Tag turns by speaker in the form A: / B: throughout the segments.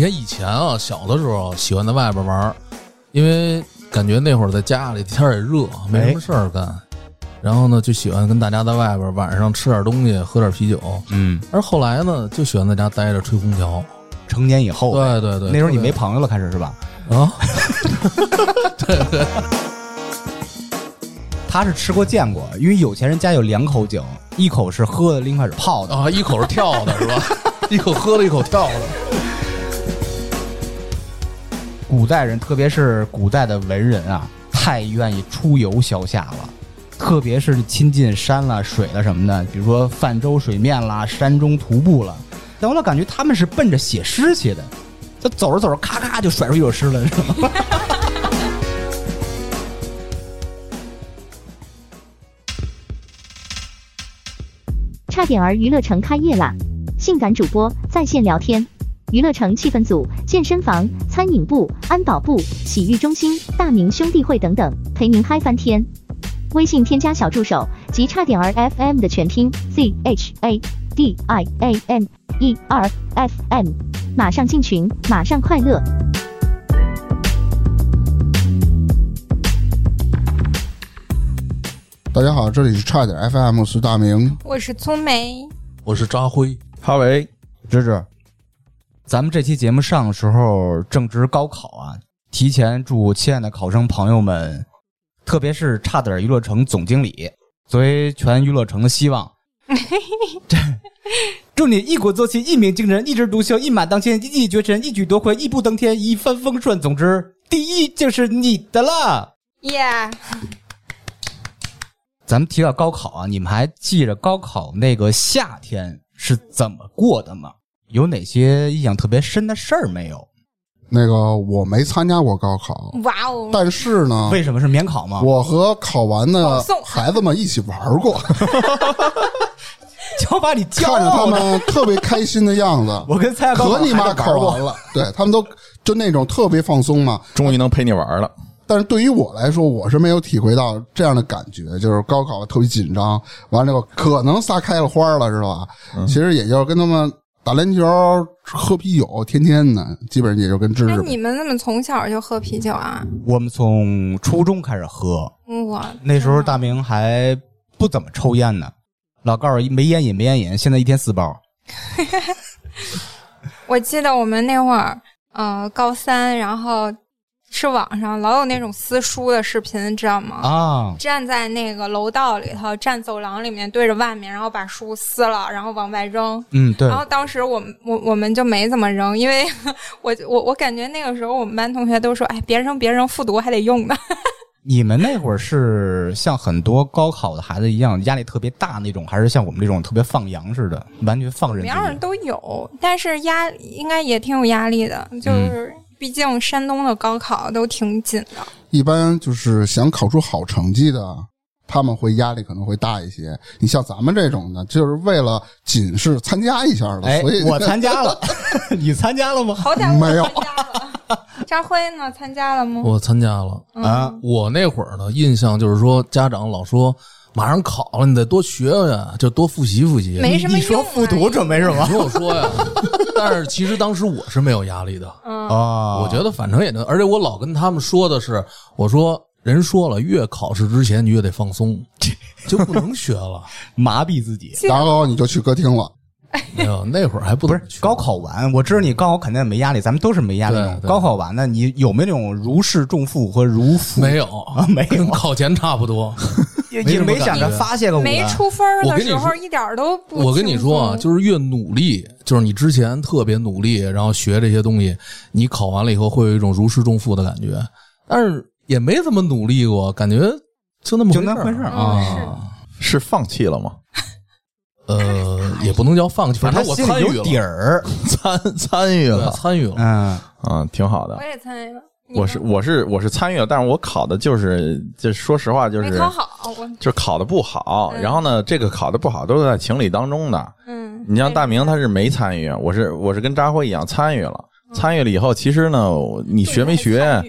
A: 看以前啊，小的时候喜欢在外边玩儿，因为感觉那会儿在家里天儿也热，没
B: 哎
A: 什么事儿干。然后呢，就喜欢跟大家在外边晚上吃点东西，喝点啤酒。
B: 嗯，
A: 而后来呢，就喜欢在家待着吹空调。
B: 成年以后，
A: 对对对，
B: 那时候你没
A: 特
B: 朋友了，开始是吧？
A: 别啊？
B: 他是吃过见过，因为有钱人家有两口井，一口是喝的，另一口是泡的。
A: 啊，一口是跳的是吧？ 一口喝了，一口跳的。
B: 古代人，特别是古代的文人啊，太愿意出游消夏了，特别是亲近山啦、水啦什么的，比如说泛舟水面啦、山中徒步啦。但我老感觉他们是奔着写诗去的，就走着走着，咔咔就甩出一首诗了，是吗？
C: 差点儿娱乐城开业啦！性感主播在线聊天，娱乐城气氛组、健身房、餐饮部、安保部、洗浴中心、大明兄弟会等等，陪您嗨翻天。微信添加小助手及差点儿 FM 的全拼 Z H A D I A M E R F M，马上进群，马上快乐。
D: 大家好，这里是差点 FM，我是大明。
E: 我是聪梅，
A: 我是扎辉，
F: 哈维，
B: 芝芝，咱们这期节目上的时候正值高考啊，提前祝亲爱的考生朋友们，特别是差点娱乐城总经理，作为全娱乐城的希望，这祝你一鼓作气、一鸣惊人、一枝独秀、一马当先、一骑绝尘、一举夺魁、一步登天、一帆风顺。总之，第一就是你的啦。
E: 耶、
B: 咱们提到高考啊，你们还记着高考那个夏天是怎么过的吗？有哪些印象特别深的事儿没有？
D: 那个我没参加过高考，
E: 哇哦！
D: 但是呢，
B: 为什么是免考吗？
D: 啊我和考完的
E: 保送
D: 孩子们一起玩 过，
B: 就把你叫
D: 看着他
B: 傲的，。
D: 们特别开心的样子
B: 我跟蔡亚高
D: 可你妈啊
B: 考
D: 考完了，对他们都就那种特别放松嘛。
F: 终于能陪你玩了。
D: 但是对于我来说，我是没有体会到这样的感觉，就是高考特别紧张，完了以后可能撒开了花了，知道吧？
F: 嗯
D: 其实也就是跟他们打篮球、喝啤酒，天天的，基本上也就跟知
E: 哎
D: 识，
E: 你们怎么从小就喝啤酒啊？嗯
B: 我们从初中开始喝，
E: 我
B: 那时候大明还不怎么抽烟呢，老告诉没烟瘾没烟瘾，现在一天四包。
E: 我记得我们那会儿，呃，高三，然后是网上老有那种撕书的视频，知道吗？
B: 啊，
E: 站在那个楼道里头，站走廊里面，对着外面，然后把书撕了，然后往外扔。
B: 嗯，对
E: 然，后当时我们我我们就没怎么扔，因为我我我感觉那个时候我们班同学都说，哎，别扔别扔，复读还得用呢。
B: 你们那会儿是像很多高考的孩子一样压力特别大那种，还是像我们这种特别放羊似的，完全放任
E: 每
B: 自
E: 样人
B: 己？
E: 都有，但是压应该也挺有压力的，就是毕竟山东的高考都挺紧的。
D: 一般就是想考出好成绩的，他们会压力可能会大一些。你像咱们这种的，就是为了仅是参加一下的，
B: 哎
D: 所以，
B: 我 参 加了，你参加了吗？
E: 好歹我
D: 没有
E: 参加了。张辉呢？参加了吗？
A: 我参加了。
B: 啊，
A: 我那会儿的印象就是说，家长老说马上考了，你得多学学，就多复习复习。
E: 没什么
B: 你
E: 用、
B: 说
E: 啊。
B: 复读准备 是
A: 你
B: 吗？
A: 听我说呀，但是其实当时我是没有压力的，
E: 嗯
B: 啊
A: 我觉得反正也能，而且我老跟他们说的是，我说人说了，越考试之前你越得放松，就不能学了。
B: 麻痹自己。
D: 然后你就去歌厅了。
A: 没有，那会儿还不
B: 不
A: 怎
B: 是
A: 么去
B: 高考完，我知道你高考肯定也没压力，咱们都是没压力
A: 对
B: 的。
A: 对
B: 高考完呢，你有没有那种如释重负和如负？
A: 没有
B: 啊没有
A: 跟考前差不多。
B: 也
A: 没
B: 也
A: 什么
B: 没想着
A: 感觉
B: 发泄个我。
E: 没出分儿
A: 我
E: 的
A: 跟你
E: 时候
A: 说
E: 一点儿都不轻松。
A: 我跟你说啊，就是越努力，就是你之前特别努力，然后学这些东西，你考完了以后会有一种如释重负的感觉，但是也没怎么努力过，感觉就那么
B: 就那回
A: 回
B: 事儿
E: 嗯
A: 儿。
B: 啊，
F: 是放弃了吗？
A: 呃，也不能叫放弃，反
B: 他
A: 正我
B: 心
A: 参
B: 里
A: 与
B: 有底
A: 了，
B: 儿。
F: 参 参与
A: 对
F: 了，
A: 参与了。
B: 嗯，
F: 嗯，挺好的
E: 我。也参与了。你呢
F: 我是我是我是参与了，但是我考的就是，就说实话就
E: 没
F: 是
E: 考好，我
F: 就是考的不好。
E: 嗯
F: 然后呢，这个考的不好都是在情理当中的。
E: 嗯，
F: 你像大明他是没参与，我是我是跟扎辉一样参与了。
E: 嗯
F: 参与了以后，其实呢，你
E: 你
F: 学没学，？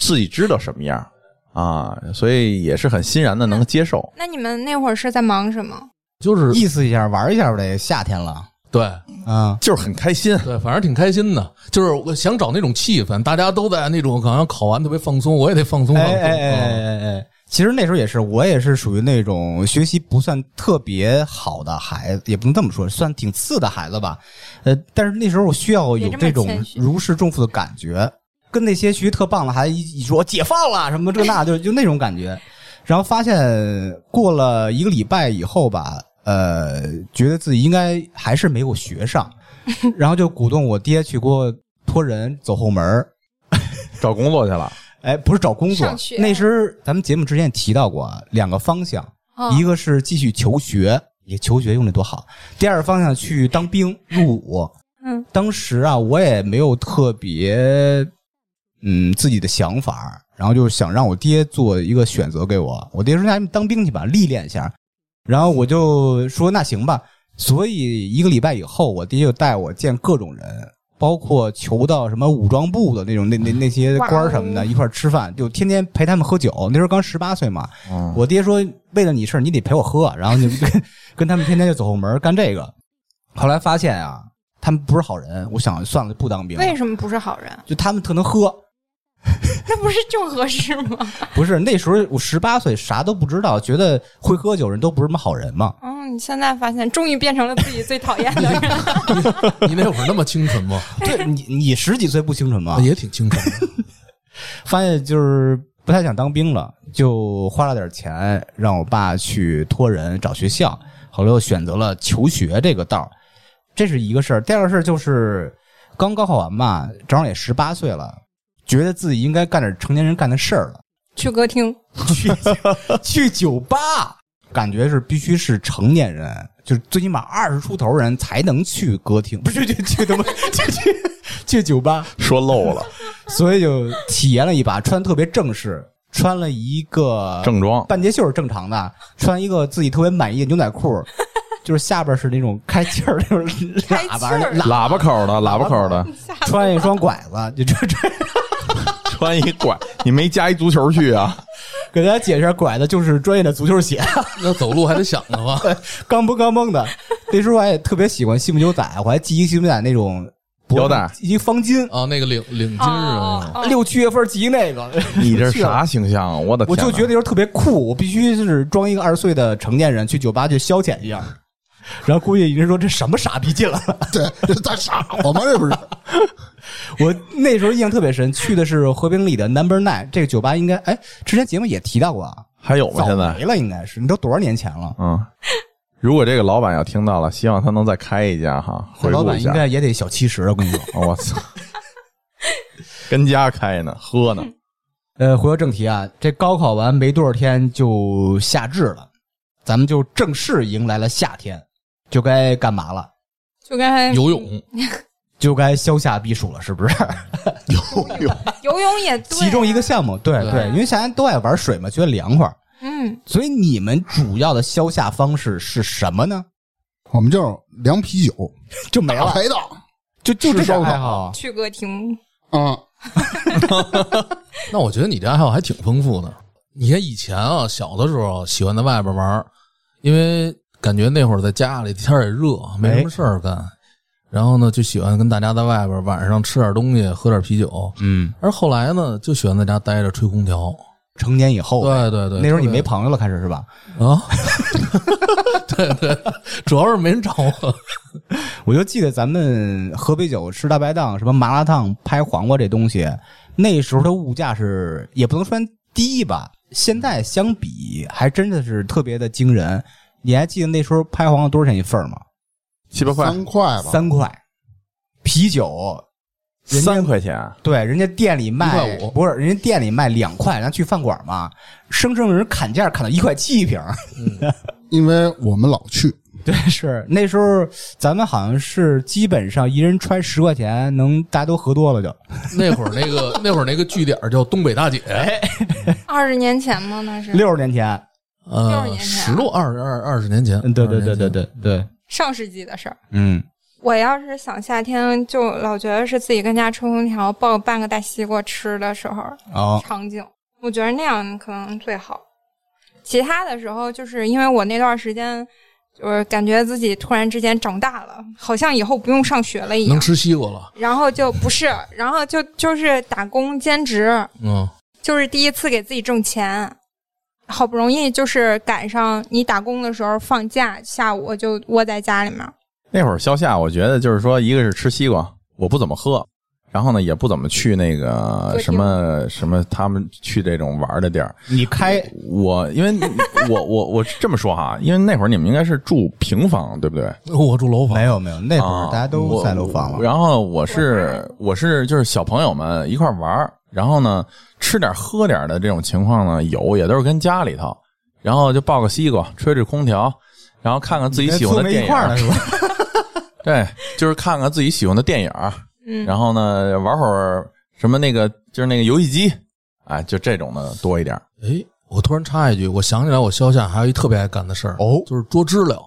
F: 自己知道什么样啊，所以也是很欣然的能接受。
E: 那你们那会儿是在忙什么？
A: 就是
B: 意思一下，玩一下呗。夏天了，
A: 对，
B: 啊，
F: 就是很开心。
A: 对，反正挺开心的，就是我想找那种气氛，大家都在那种好像考完特别放松，我也得放松
B: 哎
A: 放松。
B: 哎哎
A: 嗯
B: 哎哎哎！其实那时候也是，我也是属于那种学习不算特别好的孩子，也不能这么说，算挺次的孩子吧。呃，但是那时候我需要有
E: 别这么
B: 这种
E: 谦虚
B: 如释重负的感觉，跟那些学习特棒的孩子一一说解放了什么这那，就就那种感觉。然后发现过了一个礼拜以后吧，呃，觉得自己应该还是没有学 上，然后就鼓动我爹去给我托人走后门儿
F: 找工作去了，
B: 哎，不是找工作
E: 上学，
B: 那时候咱们节目之前也提到过啊两个方向，
E: 哦
B: 一个是继续求学，也求学用的多好；第二个方向去当兵入伍。
E: 嗯，
B: 当时啊，我也没有特别嗯自己的想法，然后就是想让我爹做一个选择给我。我爹说：“那你当兵去吧，历练一下。”然后我就说：“那行吧。”所以一个礼拜以后，我爹就带我见各种人，包括求到什么武装部的那种那那
E: 嗯
B: 那些官儿什么
E: 哇
B: 的，
E: 哦
B: 一块儿吃饭，就天天陪他们喝酒。那时候刚十八岁嘛，
F: 嗯，
B: 我爹说为了你事儿，你得陪我喝，啊然后就 跟跟他们天天就走后门儿干这个。后来发现啊，他们不是好人，我想算了，不当兵了。啊
E: 为什么不是好人？
B: 就他们特能喝，
E: 那不是正合适吗？
B: 不是那时候我十八岁，啥都不知道，觉得会喝酒人都不是什么好人 嘛。
E: 嗯，你现在发现终于变成了自己最讨厌的人。
A: 你那会儿那么清纯吗？
B: 对你，你十几岁不清纯吗？
A: 也挺清纯的。
B: 发现就是不太想当兵了，就花了点钱让我爸去托人找学校。后来又选择了求学这个道儿这是一个事儿。第二个事儿就是刚高考完嘛，正好也十八岁了，觉得自己应该干点成年人干的事儿了。
E: 去歌厅，
B: 去去酒吧，感觉是必须是成年人，就是最起码二十出头人才能去歌厅，不是去去他妈去去去酒吧，
F: 说漏了，
B: 所以就体验了一把，穿得特别正式，穿了一个
F: 正装
B: 半截袖是正常的，穿一个自己特别满意的牛仔裤，就是下边是那种开气儿那种
E: 开
B: 喇叭
E: 气儿
B: 的，喇
F: 喇叭口的，喇叭口的，
B: 穿一双拐子，就这这。
F: 穿一拐，你没加一足球去啊？
B: 给大家解释一下，拐子就是专业的足球鞋，
A: 那走路还得想着吧？
B: 刚嘣刚嘣的。那时候我还特别喜欢西木牛仔，我还系一个西木牛仔那种脖子
F: 腰带
B: 一方巾。
A: 啊，那个领领巾
E: 哦
A: 啊，
E: 哦
B: 六七月份系那个，
F: 你这
B: 去了
F: 啥形象啊？我的
B: 我
F: 天哪！
B: 就觉得就是特别酷，我必须就是装一个二十岁的成年人去酒吧去消遣一样。 然后估计人说这什么傻逼进来了。
D: 对，这大傻子吗？这不是？
B: 我那时候印象特别深，去的是和平里的 Number Nine 这个酒吧，应该哎之前节目也提到过啊，
F: 还有吗？
B: 早
F: 现在
B: 没了应该是，你都多少年前了？
F: 嗯，如果这个老板要听到了，希望他能再开一家哈，回
B: 老
F: 顾
B: 板
F: 一
B: 应
F: 下。
B: 该也得小七十，我跟你说。
F: 哦我操， 跟家开呢，喝呢，
B: 呃，回到正题啊，这高考完没多少天就夏至了，咱们就正式迎来了夏天，就该干嘛了？
E: 就该
A: 游泳
B: 就该消夏避暑了，是不是？哎
E: 游泳也对啊，
B: 其中一个项目，对
A: 对
B: 对，因为夏天都爱玩水嘛，觉得凉快儿，
E: 嗯，
B: 所以你们主要的消夏方式是什么呢？
D: 我们就是凉啤酒，
B: 就没
D: 大
B: 了，
D: 排档
B: 就就这
D: 吃烧
B: 种
D: 烤
B: 爱好。
E: 去歌厅，
D: 啊，
A: 那我觉得你这爱好还挺丰富的。你看以前啊，小的时候喜欢在外边玩儿，因为感觉那会儿在家里天儿也热，没
B: 哎
A: 什么事儿干，然后呢就喜欢跟大家在外边晚上吃点东西，喝点啤酒。
B: 嗯，
A: 而后来呢，就喜欢在家待着吹空调。
B: 成年以后，
A: 对对对，
B: 哦那时候你
A: 特别
B: 没朋友了，开始是吧？
A: 啊？ 对对，主要是没人找我。
B: 我就记得咱们喝杯酒、吃大排档、什么麻辣烫、拍黄瓜这东西，那时候的物价是也不能算低吧，现在相比还真的是特别的惊人。你还记得那时候拍黄瓜多少钱一份儿吗？
F: 七八块，
D: 三块吧，
B: 三块。啤酒，人家
F: 三块钱，
B: 对，人家店里卖
A: 一块五
B: 不是，人家店里卖两块，然后去饭馆嘛，生生人砍价砍到一块七一瓶儿。
D: 因为我们老去，
B: 对， 是那时候咱们好像是基本上一人揣十块钱，能大家都喝多了就。
A: 那会儿那个那会儿那个据点叫东北大姐，
B: 哎
E: 二十年前吗？那是
B: 六十年前，
E: 60
A: 呃，
E: 年前
A: 十多二二二十年前，
B: 嗯，对对对
A: 20年前
B: 对对对，
E: 上世纪的事儿。
B: 嗯，
E: 我要是想夏天，就老觉得是自己跟家吹空调，抱半个大西瓜吃的时候
B: 哦，
E: 场景，我觉得那样可能最好。其他的时候，就是因为我那段时间就是感觉自己突然之间长大了，好像以后不用上学了一
A: 能
E: 样。
A: 吃西瓜了，
E: 然后就不是，然后就就是打工兼职，
A: 嗯，
E: 就是第一次给自己挣钱，好不容易就是赶上你打工的时候放假，下午我就窝在家里面。
F: 那会儿消夏，我觉得就是说，一个是吃西瓜，我不怎么喝，然后呢也不怎么去那个
E: 歌厅
F: 什么什么他们去这种玩的地儿。
B: 你开
F: 我因为 我我我这么说哈，因为那会儿你们应该是住平房，对不对？
A: 我住楼
B: 没
A: 房，
B: 有没有，那会
F: 啊
B: 儿大家都
F: 我
B: 在楼房了。
F: 然后我是我是就是小朋友们一块儿玩儿，然后呢吃点儿喝点儿的这种情况呢有，也都是跟家里头，然后就抱个西瓜，吹吹空调，然后看看自己喜欢的
B: 你跟醋梅一
F: 电影
B: 块
F: 儿
B: 儿。了是吧？
F: 对，就是看看自己喜欢的电影儿，
E: 嗯，
F: 然后呢玩会儿什么那个就是那个游戏机，啊，就这种的多一点儿。
A: 哎，我突然插一句，我想起来我消夏还有一特别爱干的事儿，
B: 哦
A: 就是捉知了。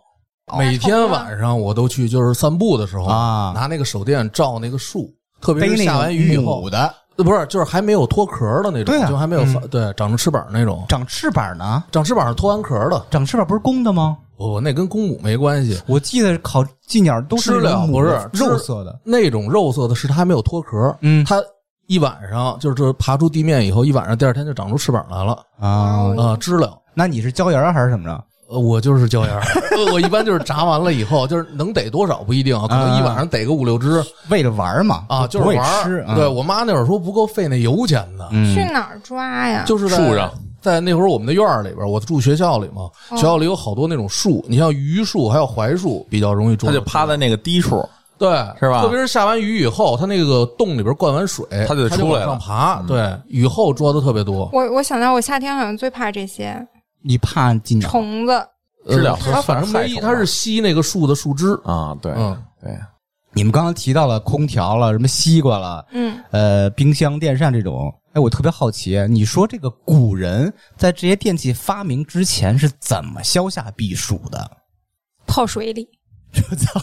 A: 每天晚上我都去，就是散步的时候
B: 啊
A: 拿那个手电照那个树，特别
B: 背
A: 是
B: 那
A: 下
B: 个
A: 完雨以后
B: 母，的，
A: 呃不是就是还没有脱壳的那种，
B: 对啊
A: 就还没有发、对长着翅膀那种，
B: 长翅膀呢？
A: 长翅膀是脱完壳的，
B: 长翅膀不是公的吗？
A: 我、那跟公母没关系，
B: 我记得烤鸡鸟都是
A: 知
B: 那
A: 了
B: 种
A: 不
B: 母
A: 是
B: 的肉色的，
A: 那种肉色的是它还没有脱壳，
B: 嗯
A: 它一晚上就是这爬出地面以后，一晚上第二天就长出翅膀来了
B: 啊。
A: 啊、知了。
B: 那你是椒盐儿还是怎么着？
A: 呃我就是椒盐儿， 呃我一般就是炸完了以后，就是能逮多少不一定啊，可能一晚上逮个五六只
B: 为了玩儿嘛
A: 啊，就
B: 嗯不
A: 是
B: 会
A: 玩儿
B: 吃。啊
A: 对，我妈那会儿说不够费那油钱的，
E: 去
B: 嗯，
E: 哪儿抓呀？
A: 就是在
F: 树上，
A: 在那会儿我们的院儿里边儿，我住学校里嘛，
E: 哦
A: 学校里有好多那种树，你像榆树还有槐树比较容易种
F: 他，就趴在那个低处，
A: 对，
F: 是吧
A: 特别是下完雨以后，它那个洞里边灌完水，
F: 它
A: 它
F: 就得出来
A: 往
F: 了嗯
A: 上爬，对，雨后捉的特别多，
E: 我我想到我夏天好像最怕这
A: 嗯
E: 些
B: 你怕鸡鸟？
E: 虫子，
F: 知了
A: 呃它反正没意，它是吸那个树的树枝，
F: 啊，对、
A: 嗯
F: 对，
B: 你们刚刚提到了空调了，什么西瓜了，
E: 嗯，
B: 呃，冰箱、电扇这种。哎，我特别好奇，你说这个古人在这些电器发明之前是怎么消夏避暑的？
E: 泡水里。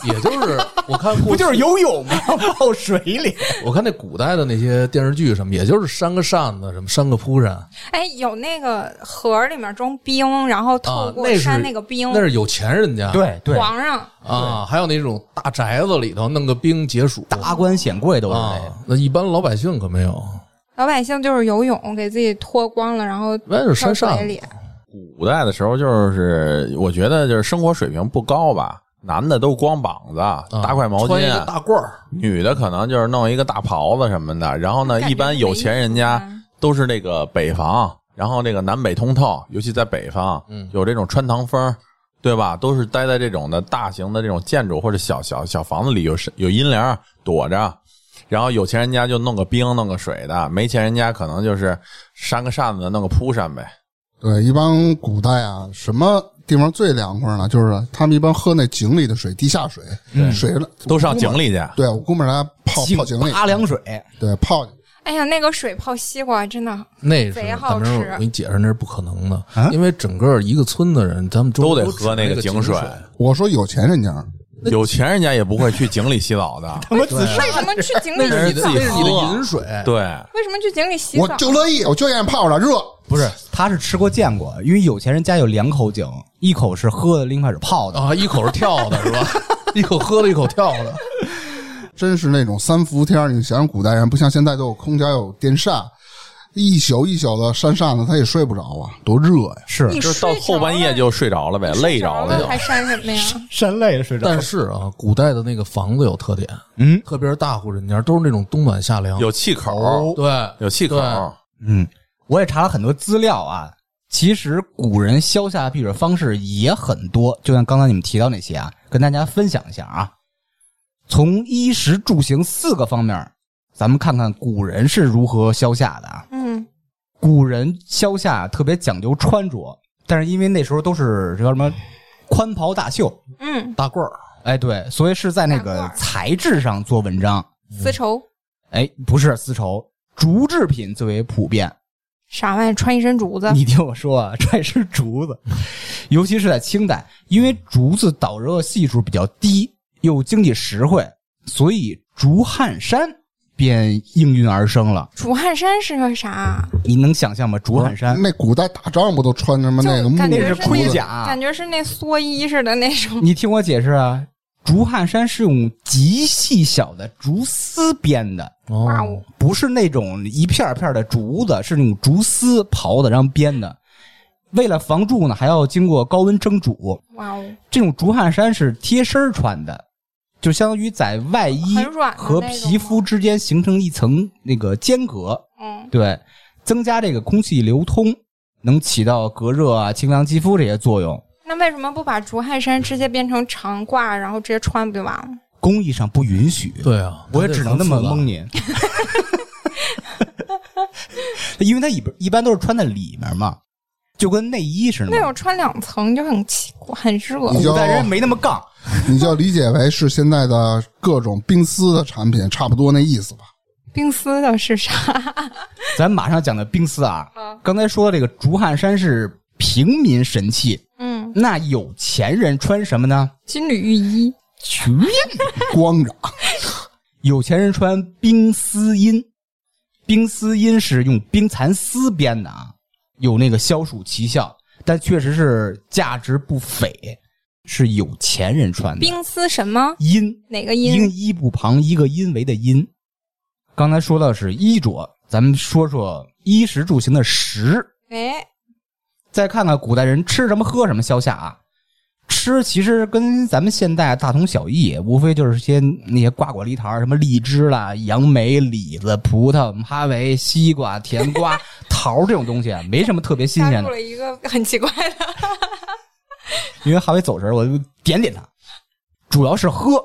A: 也就是我 看过去
B: 游泳吗？泡水里？
A: 我看那古代的那些电视剧什么，也就是扇个扇子，什么扇个蒲扇，
E: 哎，有那个盒儿里面装冰，然后透
A: 啊，
E: 过
A: 那是
E: 扇那个冰，
A: 那是有钱人家，
B: 对对，
E: 皇上
A: 啊，还有那种大宅子里头弄个冰解暑，
B: 达官显贵都是这个。
A: 啊，那一般老百姓可没有，
F: 啊
E: 老百姓就是游泳，给自己脱光了，然后
A: 一般是
E: 跳
A: 扇扇
E: 水
A: 子
E: 里。
F: 古代的时候就是我觉得就是生活水平不高吧，男的都光膀子，
A: 啊
F: 搭块毛
A: 穿一
F: 巾，
A: 个大褂儿，
F: 女的可能就是弄一个大袍子什么的，然后呢，
E: 感觉
F: 一般有钱人家
E: 没意思啊
F: 都是这个北房，然后这个南北通透，尤其在北方，
A: 嗯
F: 有这种穿堂风，对吧？都是待在这种的大型的这种建筑或者小小小房子里有，有阴凉躲着。然后有钱人家就弄个冰，弄个水的；没钱人家可能就是扇个扇子，弄个蒲扇呗。
D: 对，一般古代啊，什么地方最凉快呢？就是他们一般喝那井里的水，地下水，
B: 嗯
D: 水
F: 都上井。里去，
D: 对，我估摸着他泡泡井里，
B: 八凉水，
D: 对，泡进去。
E: 哎呀，那个水泡西瓜真的
A: 那是
E: 贼
A: 咱
E: 好
A: 们
E: 吃
A: 我给你解释，那是不可能的
B: 啊，
A: 因为整个一个村子人，咱们周
F: 都
A: 围
F: 得
A: 只
F: 喝那
A: 那
F: 个井
A: 井
F: 水。
D: 我说有钱人家，
F: 有钱人家也不会去井里洗澡的，
B: 我只是
E: 为什么去井
A: 那
E: 里
A: 是你
E: 洗
A: 的，
E: 澡
A: 那？是你的
F: 喝
A: 饮水，
F: 对，
E: 为什么去井里洗
D: 我
E: 澡？
D: 就乐意，我就愿意泡着热。
B: 不是，他是吃过见过，因为有钱人家有两口井，一口是喝的，另一口是泡的。
A: 啊，一口是跳的，是吧？一口喝了，一口跳 的，
D: 真是那种三伏天儿，你想想古代人不像现在都有空调有电扇，一宿一宿的扇扇子，他也睡不着啊，多热呀、
B: 是
E: 你
F: 就是到
E: 睡
F: 后
E: 着
F: 半夜
E: 了
F: 就睡着了呗，累着了
E: 了
F: 就。
E: 还扇什 么呀？
B: 山累了睡
A: 但是啊，古代的那个房子有特点，
B: 嗯
A: 特别是大户人家，都是那种冬暖夏凉，
F: 有气口，
A: 对
F: 有气口，
A: 对哦
B: 嗯，我也查了很多资料啊。其实古人消夏避暑方式也很多，就像刚才你们提到那些啊，跟大家分享一下啊。从衣食住行四个方面，咱们看看古人是如何消夏的啊。
E: 嗯，
B: 古人消夏特别讲究穿着，但是因为那时候都是叫什么宽袍大袖，
E: 嗯，
A: 大褂儿，
B: 哎，对，所以是在那
E: 大褂
B: 个
E: 儿
B: 材质上做文章。
E: 丝绸
B: 哎，不是丝绸，竹制品最为普遍。
E: 啥玩意儿？穿一身竹子，
B: 你听我说啊， 这是竹子，尤其是在清代，因为竹子导热系数比较低，又经济实惠，所以竹汗衫便应运而生了。
E: 楚汉衫是个啥？
B: 你能想象吗？竹
D: 不
B: 汉衫
D: 是，那古代打仗不都穿什么那个
E: 就
D: 木
E: 嗯感
D: 头
E: 觉是
D: 裤
E: 那
D: 子
E: 个
B: 甲啊
E: 感觉是那蓑衣似的那 种。
B: 你听我解释啊，竹汉衫是用极细小的竹丝编的，
E: 哇
A: 哦
E: 哦，
B: 不是那种一片儿片儿的竹子，是那种竹丝刨的，然后编的。为了防蛀呢，还要经过高温蒸煮。
E: 哇哦，
B: 这种竹汉衫是贴身儿穿的，就相当于在外衣
E: 很软的
B: 和
E: 那种
B: 皮肤之间形成一层那个间隔，
E: 嗯，
B: 对，增加这个空气流通，能起到隔热啊、清凉肌肤这些作用。
E: 那为什么不把竹汉衫直接变成长褂，然后直接穿不就完了？
B: 工艺上不允许，
A: 对啊，
B: 我也只能那么蒙
A: 你。
B: 您。 因为它一边一般都是穿在里面嘛，就跟内衣似的
E: 那
B: 嘛。
E: 种穿两层就很奇怪，很热。
D: 你就
B: 古代人没那么杠，
D: 你就理解为是现在的各种冰丝的产品，差不多那意思吧。
E: 冰丝的是啥？
B: 咱马上讲的冰丝啊
E: 嗯，
B: 刚才说的这个竹汉衫是平民神器，
E: 嗯，
B: 那有钱人穿什么呢？
E: 军旅浴衣。
B: 去，
D: 光着
B: 有钱人穿冰丝阴，冰丝阴是用冰蚕丝编的啊，有那个消暑奇效，但确实是价值不菲，是有钱人穿的。
E: 冰丝什么？
B: 阴
E: 哪个
B: 一个
E: 音？
B: 衣不旁一个因为的因。刚才说到是衣着，咱们说说衣食住行的食。
E: 哎，
B: 再看看古代人吃什么喝什么消夏啊，吃其实跟咱们现代大同小异，无非就是些那些瓜果梨桃，什么荔枝啦、杨梅、李子、葡萄、哈维、西瓜、甜瓜、桃这种东西，啊，没什么特别新
E: 加
B: 鲜
E: 入
B: 的。
E: 了一个很奇怪的。
B: 因为哈维走神儿，我就点点他。主要是喝，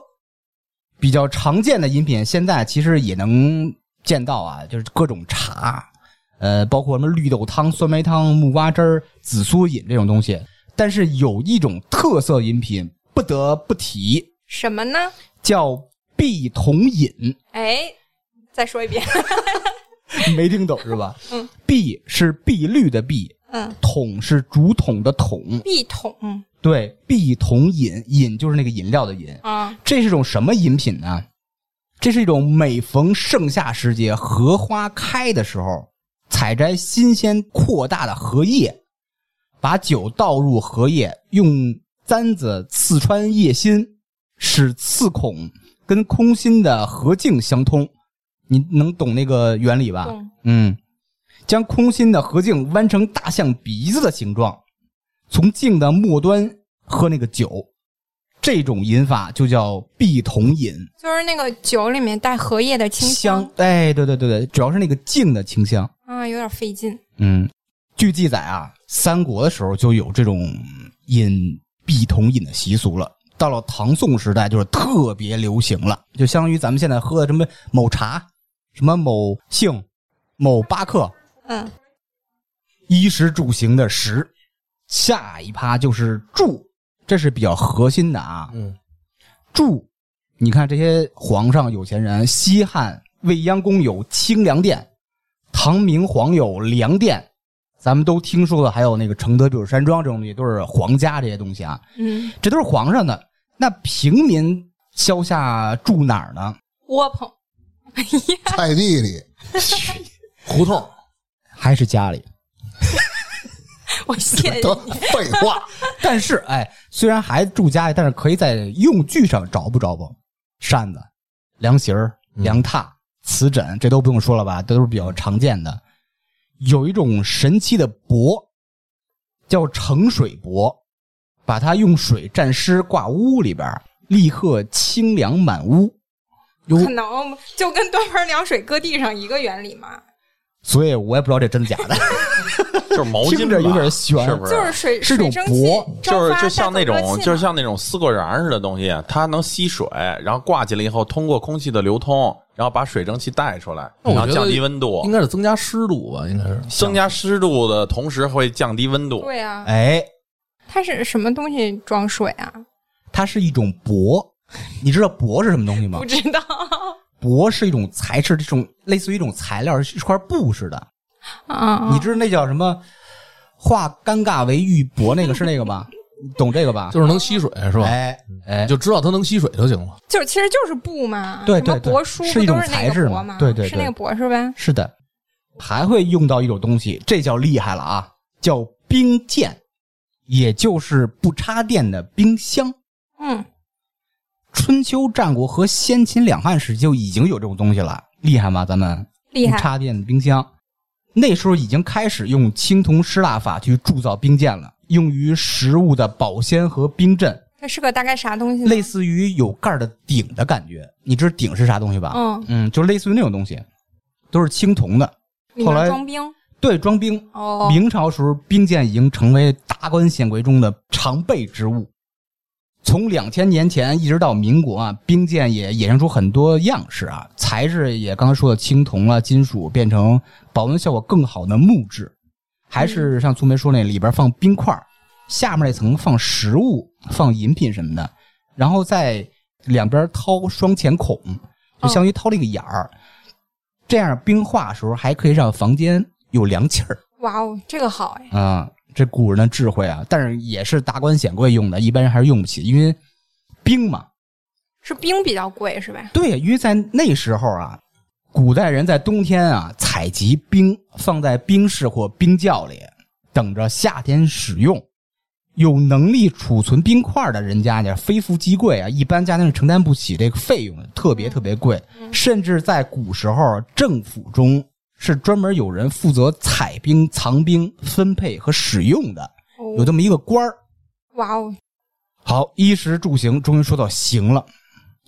B: 比较常见的饮品，现在其实也能见到啊，就是各种茶，呃，包括什么绿豆汤、酸梅汤、木瓜汁儿、紫苏饮这种东西。但是有一种特色饮品不得不提，
E: 什么呢？
B: 叫碧筒饮，
E: 哎，再说一遍。
B: 没听懂是吧？嗯，碧是碧绿的碧，
E: 嗯，
B: 筒是竹筒的筒，
E: 壁桶
B: 对，碧筒饮，饮就是那个饮料的饮。
E: 啊，
B: 这是一种什么饮品呢？这是一种每逢盛夏时节，荷花开的时候，采摘新鲜扩大的荷叶，把酒倒入荷叶，用簪子刺穿叶心，使刺孔跟空心的荷茎相通。你能懂那个原理吧？
E: 懂
B: 嗯，将空心的荷茎弯成大象鼻子的形状，从茎的末端喝那个酒，这种饮法就叫碧筒饮，
E: 就是那个酒里面带荷叶的清
B: 香。哎，对对对对，主要是那个茎的清香。
E: 啊，有点费劲。
B: 嗯，据记载啊，三国的时候就有这种饮碧筒饮的习俗了。到了唐宋时代，就是特别流行了，就相当于咱们现在喝的什么某茶、什么某杏、某巴克，
E: 嗯，
B: 衣食住行的食。下一趴就是住，这是比较核心的啊。
A: 嗯，
B: 住，你看这些皇上、有钱人，西汉未央宫有清凉殿，唐明皇有凉殿，咱们都听说的，还有那个承德避暑山庄这种东西，都是皇家这些东西啊，
E: 嗯，
B: 这都是皇上的。那平民消夏住哪儿呢？
E: 窝 棚。哎呀，
D: 菜地里，
A: 胡同
B: 还是家里？
E: 我谢 谢
D: 都
E: 你。
D: 废话。
B: 但是，哎，虽然还住家里，但是可以在用具上找不着不？扇子、凉席儿、凉榻、瓷枕，这都不用说了吧，这都是比较常见的。有一种神奇的帛，叫盛水帛，把它用水蘸湿挂屋里边儿，立刻清凉满屋。有
E: 可能就跟端盆凉水搁地上一个原理嘛，
B: 所以我也不知道这真假的。
F: 就是毛巾吧，
B: 听着有点悬
F: 是不
E: 就是水
B: 是
E: 水
B: 种
E: 蒸气
B: 帛，
F: 就是
E: 蒸发
F: 就像
E: 带
F: 那
E: 走热
F: 种
E: 气
F: 就是
E: 嘛
F: 像那种丝瓜瓤似的东西，它能吸水，然后挂起来以后，通过空气的流通，然后把水蒸气带出来，
A: 嗯那我
F: 然
A: 觉
F: 后
A: 得
F: 降低温度
A: 应，该是增加湿度吧？应该是
F: 增加湿度的同时会降低温度。
E: 对啊，
B: 哎，
E: 它是什么东西装水啊？
B: 它是一种帛，你知道帛是什么东西吗
E: 不？知道
B: 帛是一种材质，这种类似于一种材料，是一块布似的。
E: 啊，
B: 嗯你知道那叫什么？化尴尬为玉帛，那个是那个吧？懂这个吧？
A: 就是能吸水是吧？嗯
B: 哎哎
A: 你，就知道它能吸水就行了。
E: 就是其实就是布嘛，
B: 对
E: 什
B: 对
E: 么
B: 对
E: 帛书
B: 是
E: 不
B: 一
E: 都
B: 种
E: 是
B: 材
E: 那
B: 质
E: 个帛
B: 嘛
E: 吗？
B: 对对
E: 是那
B: 对
E: 个帛是呗？
B: 是的，还会用到一种东西，这叫厉害了啊，叫冰剑，也就是不插电的冰箱。
E: 嗯，
B: 春秋战国和先秦两汉时期就已经有这种东西了，厉害吗？咱们
E: 厉
B: 不
E: 害，
B: 插电的冰箱，那时候已经开始用青铜失蜡法去铸造冰剑了，用于食物的保鲜和冰镇，
E: 它是个大概啥东西呢？
B: 类似于有盖儿的鼎的感觉。你知道鼎是啥东西吧？
E: 嗯，
B: 嗯，就类似于那种东西，都是青铜的，
E: 里
B: 后来
E: 面装冰
B: 对，装冰。
E: 哦，
B: 明朝时候，冰剑已经成为达官显贵中的常备之物。从两千年前一直到民国啊，冰剑也衍生出很多样式啊，材质也刚才说的青铜啊、金属，变成保温效果更好的木质，还是像苏梅说那里边放冰块儿，下面那层放食物、放饮品什么的，然后在两边掏双钱孔，就相当于掏了一个眼儿，这样冰化的时候还可以让房间有凉气儿。
E: 哇哦，这个好哎，
B: 啊，这古人的智慧啊，但是也是达官显贵用的，一般人还是用不起，因为冰嘛。
E: 是冰比较贵是吧？
B: 对，因为在那时候啊，古代人在冬天啊采集冰，放在冰室或冰窖里，等着夏天使用。有能力储存冰块的人家呢，非富即贵啊，一般家庭是承担不起这个费用的，特别特别贵。甚至在古时候，政府中是专门有人负责采冰、藏冰、分配和使用的。有
E: 哦，
B: 这么一个官儿。
E: 哇哦，
B: 好，衣食住行终于说到行了。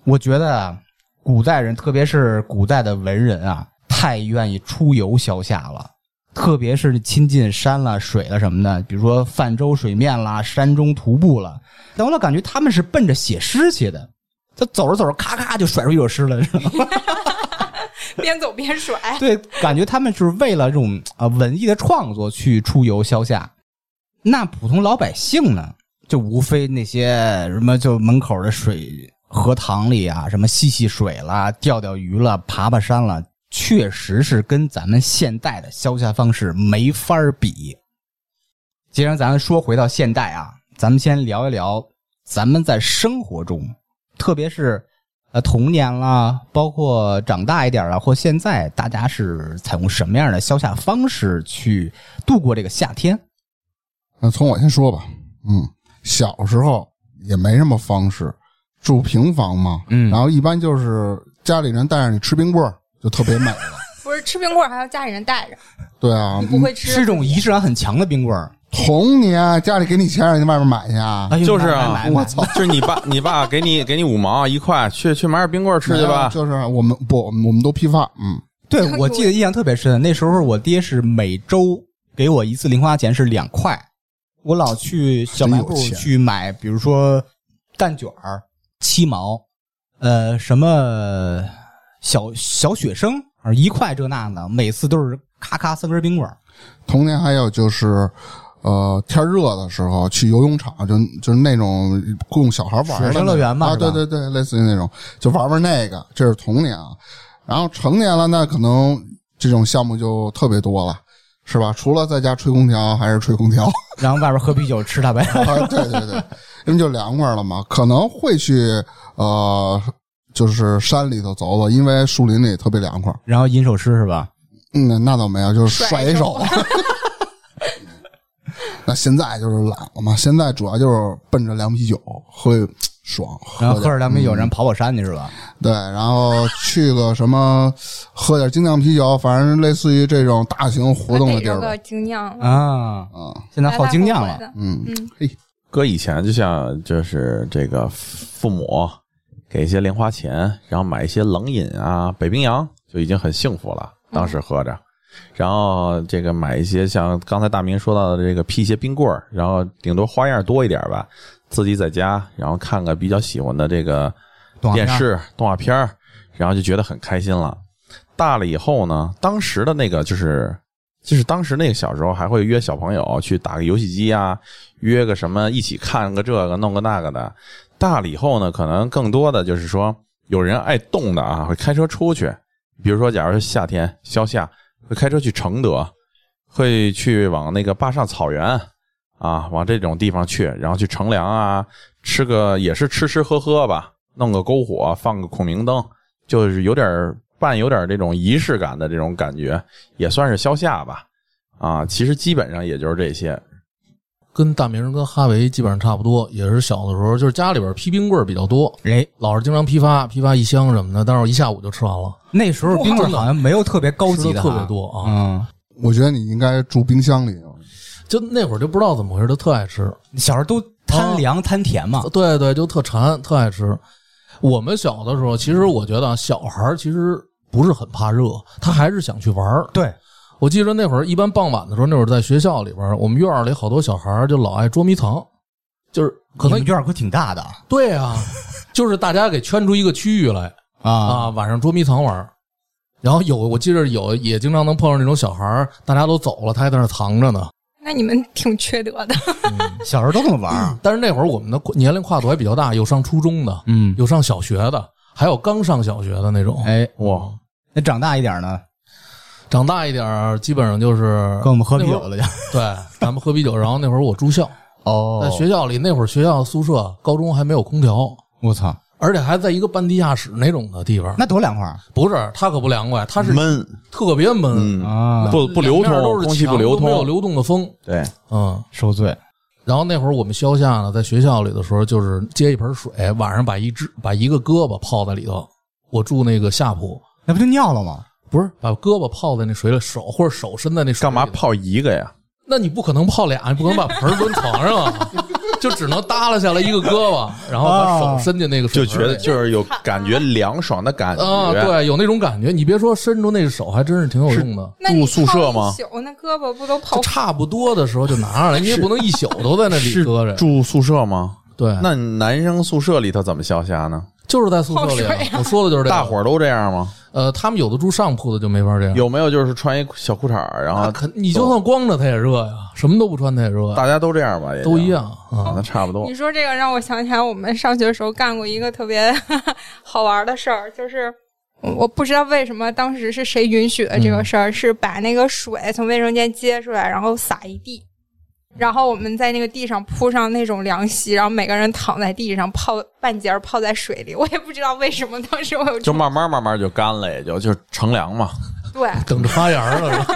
B: 我觉得啊，古代人，特别是古代的文人啊，太愿意出游消夏了。特别是亲近山了、水了什么的，比如说泛舟水面啦、山中徒步了，但我老感觉他们是奔着写诗去的。他走着走着，咔咔就甩出一首诗来，是吧？
E: 边走边甩，
B: 对，感觉他们是为了这种啊、呃文艺的创作去出游消夏。那普通老百姓呢，就无非那些什么就门口的水荷塘里啊，什么戏戏水啦、钓钓鱼啦、爬爬山啦，确实是跟咱们现代的消夏方式没法儿比。既然咱们说回到现代啊，咱们先聊一聊咱们在生活中，特别是呃童年啦，包括长大一点了，或现在大家是采用什么样的消夏方式去度过这个夏天？
D: 那从我先说吧，嗯，小时候也没什么方式，住平房嘛，
B: 嗯
D: 然后一般就是家里人带着你吃冰棍儿，就特别美了。
E: 不是吃冰棍儿还要家里人带着，
D: 对啊，
E: 不会吃
B: 是这种仪式感很强的冰棍儿。
D: 童年家里给你钱让你去外面买去啊，
B: 哎呦，
F: 就是
B: 买
F: 啊
B: 买买买
D: 我操
F: 就是你爸，你爸给你给你五毛一块，去去买点冰棍儿吃
D: 没
F: 去
D: 有
F: 吧。
D: 就是我们不，我们我们都批发，嗯，
B: 对我记得印象特别深，那时候我爹是每周给我一次零花钱是两块，我老去小卖部
D: 真有钱
B: 去买，比如说蛋卷儿七毛，呃，什么小小雪生啊一块这那的，每次都是咔咔三根冰棍儿。
D: 童年还有就是。呃，天热的时候去游泳场，就就是那种供小孩玩的那
B: 水
D: 种
B: 上乐园嘛
D: 啊，
B: 是吧
D: 对对对，类似于那种，就玩玩那个，这是童年啊。然后成年了，那可能这种项目就特别多了，是吧？除了在家吹空调，还是吹 空调。
B: 然后外边喝啤酒吃大白菜。
D: 啊，对对对，因为就凉快了嘛，可能会去呃，就是山里头走走，因为树林里特别凉快。
B: 然后吟首诗是吧？
D: 嗯，那倒没有，就是甩
E: 甩
D: 一手。 那现在就是懒了嘛，现在主要就是奔着凉啤酒会爽，
B: 然后喝
D: 喝点
B: 着凉啤酒，
A: 嗯
B: 然后跑跑山去是吧？
D: 对，然后去个什么喝点精酿啤酒，反正类似于这种大型活动的
E: 得
D: 地儿
E: 有
D: 吧
E: 个。精酿，
B: 啊，
D: 啊、
A: 嗯
B: 现在好精酿
E: 白白厚厚
B: 了。
E: 的。
D: 嗯，
E: 嗯
D: 嘿，
F: 哥以前就像就是这个父母给一些零花钱，然后买一些冷饮啊，北冰洋就已经很幸福了，当时喝着。然后这个买一些像刚才大明说到的这个辟邪冰棍儿，然后顶多花样多一点吧，自己在家，然后看个比较喜欢的这个
B: 动画片
F: 电
B: 儿
F: 视动画片儿，然后就觉得很开心了。大了以后呢，当时的那个就是就是当时那个小时候还会约小朋友去打个游戏机啊，约个什么一起看个这个弄个那个的。大了以后呢，可能更多的就是说有人爱动的啊，会开车出去，比如说假如是夏天消夏，会开车去承德，会去往那个坝上草原啊，往这种地方去，然后去乘凉啊，吃个也是吃吃喝喝吧，弄个篝火，放个孔明灯，就是有点儿办有点儿这种仪式感的这种感觉，也算是消夏吧。啊，其实基本上也就是这些，
A: 跟大明儿跟哈维基本上差不多，也是小的时候就是家里边劈冰棍儿比较多，
B: 哎，
A: 老是经常批发，批发一箱什么的，但是我一下午就吃完了，
B: 那时候冰棍好像没有特别高
A: 吃
B: 级的
A: 的
B: 啊，
A: 特别多啊。
B: 嗯，
D: 我觉得你应该住冰箱里，
A: 就那会儿就不知道怎么回事，就特爱吃，
B: 小时候都
A: 哦
B: 贪凉贪甜嘛，
A: 对对，就特馋，特爱吃。我们小的时候，其实我觉得啊，小孩儿其实不是很怕热，他还是想去玩儿。
B: 对，
A: 我记得那会儿，一般傍晚的时候，那会儿在学校里边儿，我们院儿里好多小孩儿就老爱捉迷藏，就是可能
B: 你们院儿可挺大的
A: 对啊，就是大家给圈出一个区域来啊，
B: 啊，
A: 晚上捉迷藏玩儿。然后有，我记得有也经常能碰上那种小孩儿，大家都走了，他还在那儿藏着呢。
E: 那你们挺缺德的。
B: 小时候都这么玩儿，
A: 但是那会儿我们的年龄跨度还比较大，有上初中的，
B: 嗯，
A: 有上小学的，还有刚上小学的那种。
B: 哎，
F: 哇，
B: 那长大一点呢，
A: 长大一点儿，基本上就是
B: 跟我们喝啤
A: 那
B: 酒
A: 会儿
B: 了就，
A: 对，咱们喝啤酒。然后那会儿我住校，
B: 哦
A: 在学校里那会儿学校宿舍高中还没有空调，
B: 我操，
A: 而且还在一个半地下室那种的地方。
B: 那多凉快儿
A: 不是，它可不凉快，它是
F: 闷，
A: 特别闷，
F: 嗯，
B: 啊，
F: 不不流
A: 两面
F: 通，
A: 都是
F: 空气不
A: 墙
F: 流
A: 都没有
F: 通，
A: 流动的风。
F: 对，
A: 嗯，
B: 受罪，
A: 然后那会儿我们消夏呢，在学校里的时候，就是接一盆水，晚上把一只把一个胳膊泡在里头。我住那个下铺，
B: 那不就尿了吗？
A: 不是把胳膊泡在那水里，手或者手伸在那水
F: 干嘛
A: 里头
F: 泡一个呀？
A: 那你不可能泡俩，你不可能把盆儿抡床上 啊，就只能耷拉下来一个胳膊，然后把手伸进那个
F: 就
A: 水
F: 觉
A: 盆儿
F: 得
A: 里
F: 就是嗯有感觉凉爽的哦感觉，
A: 啊，对，有那种感觉。你别说伸出那手，还真是挺有用的。
E: 那你
F: 宿舍吗
E: 泡一宿那胳膊不都
A: 就
E: 泡
A: 差不多的时候就拿上来，你也不能一宿都在那里
F: 是
A: 搁着。
F: 住宿舍吗？
A: 对，
F: 那男生宿舍里头怎么消夏呢？
A: 就是在宿舍里啊
E: 泡水。啊
A: 我说的就是这个
F: 大伙儿都这样吗？
A: 呃，他们有的住上铺的就没法这样。
F: 有没有就是穿一小裤衩儿，然
A: 啊，
F: 后
A: 肯你就算光着他也热呀，什么都不穿他也热呀，
F: 大家都这样吧？也就
A: 都一，样
F: 啊
A: 啊。
F: 那差不多
E: 你。说这个让我想起来，我们上学的时候干过一个特别 好玩的事儿，就是我我不知道为什么当时是谁允许的这
D: 嗯
E: 个事儿，是把那个水从卫生间接出来，然后撒一地，然后我们在那个地上铺上那种凉席，然后每个人躺在地上泡半截儿泡在水里。我也不知道为什么当时我有这
F: 就
E: 么
F: 慢慢慢慢就干了，也就就乘凉嘛。
E: 对，
A: 等着发芽儿了是吧？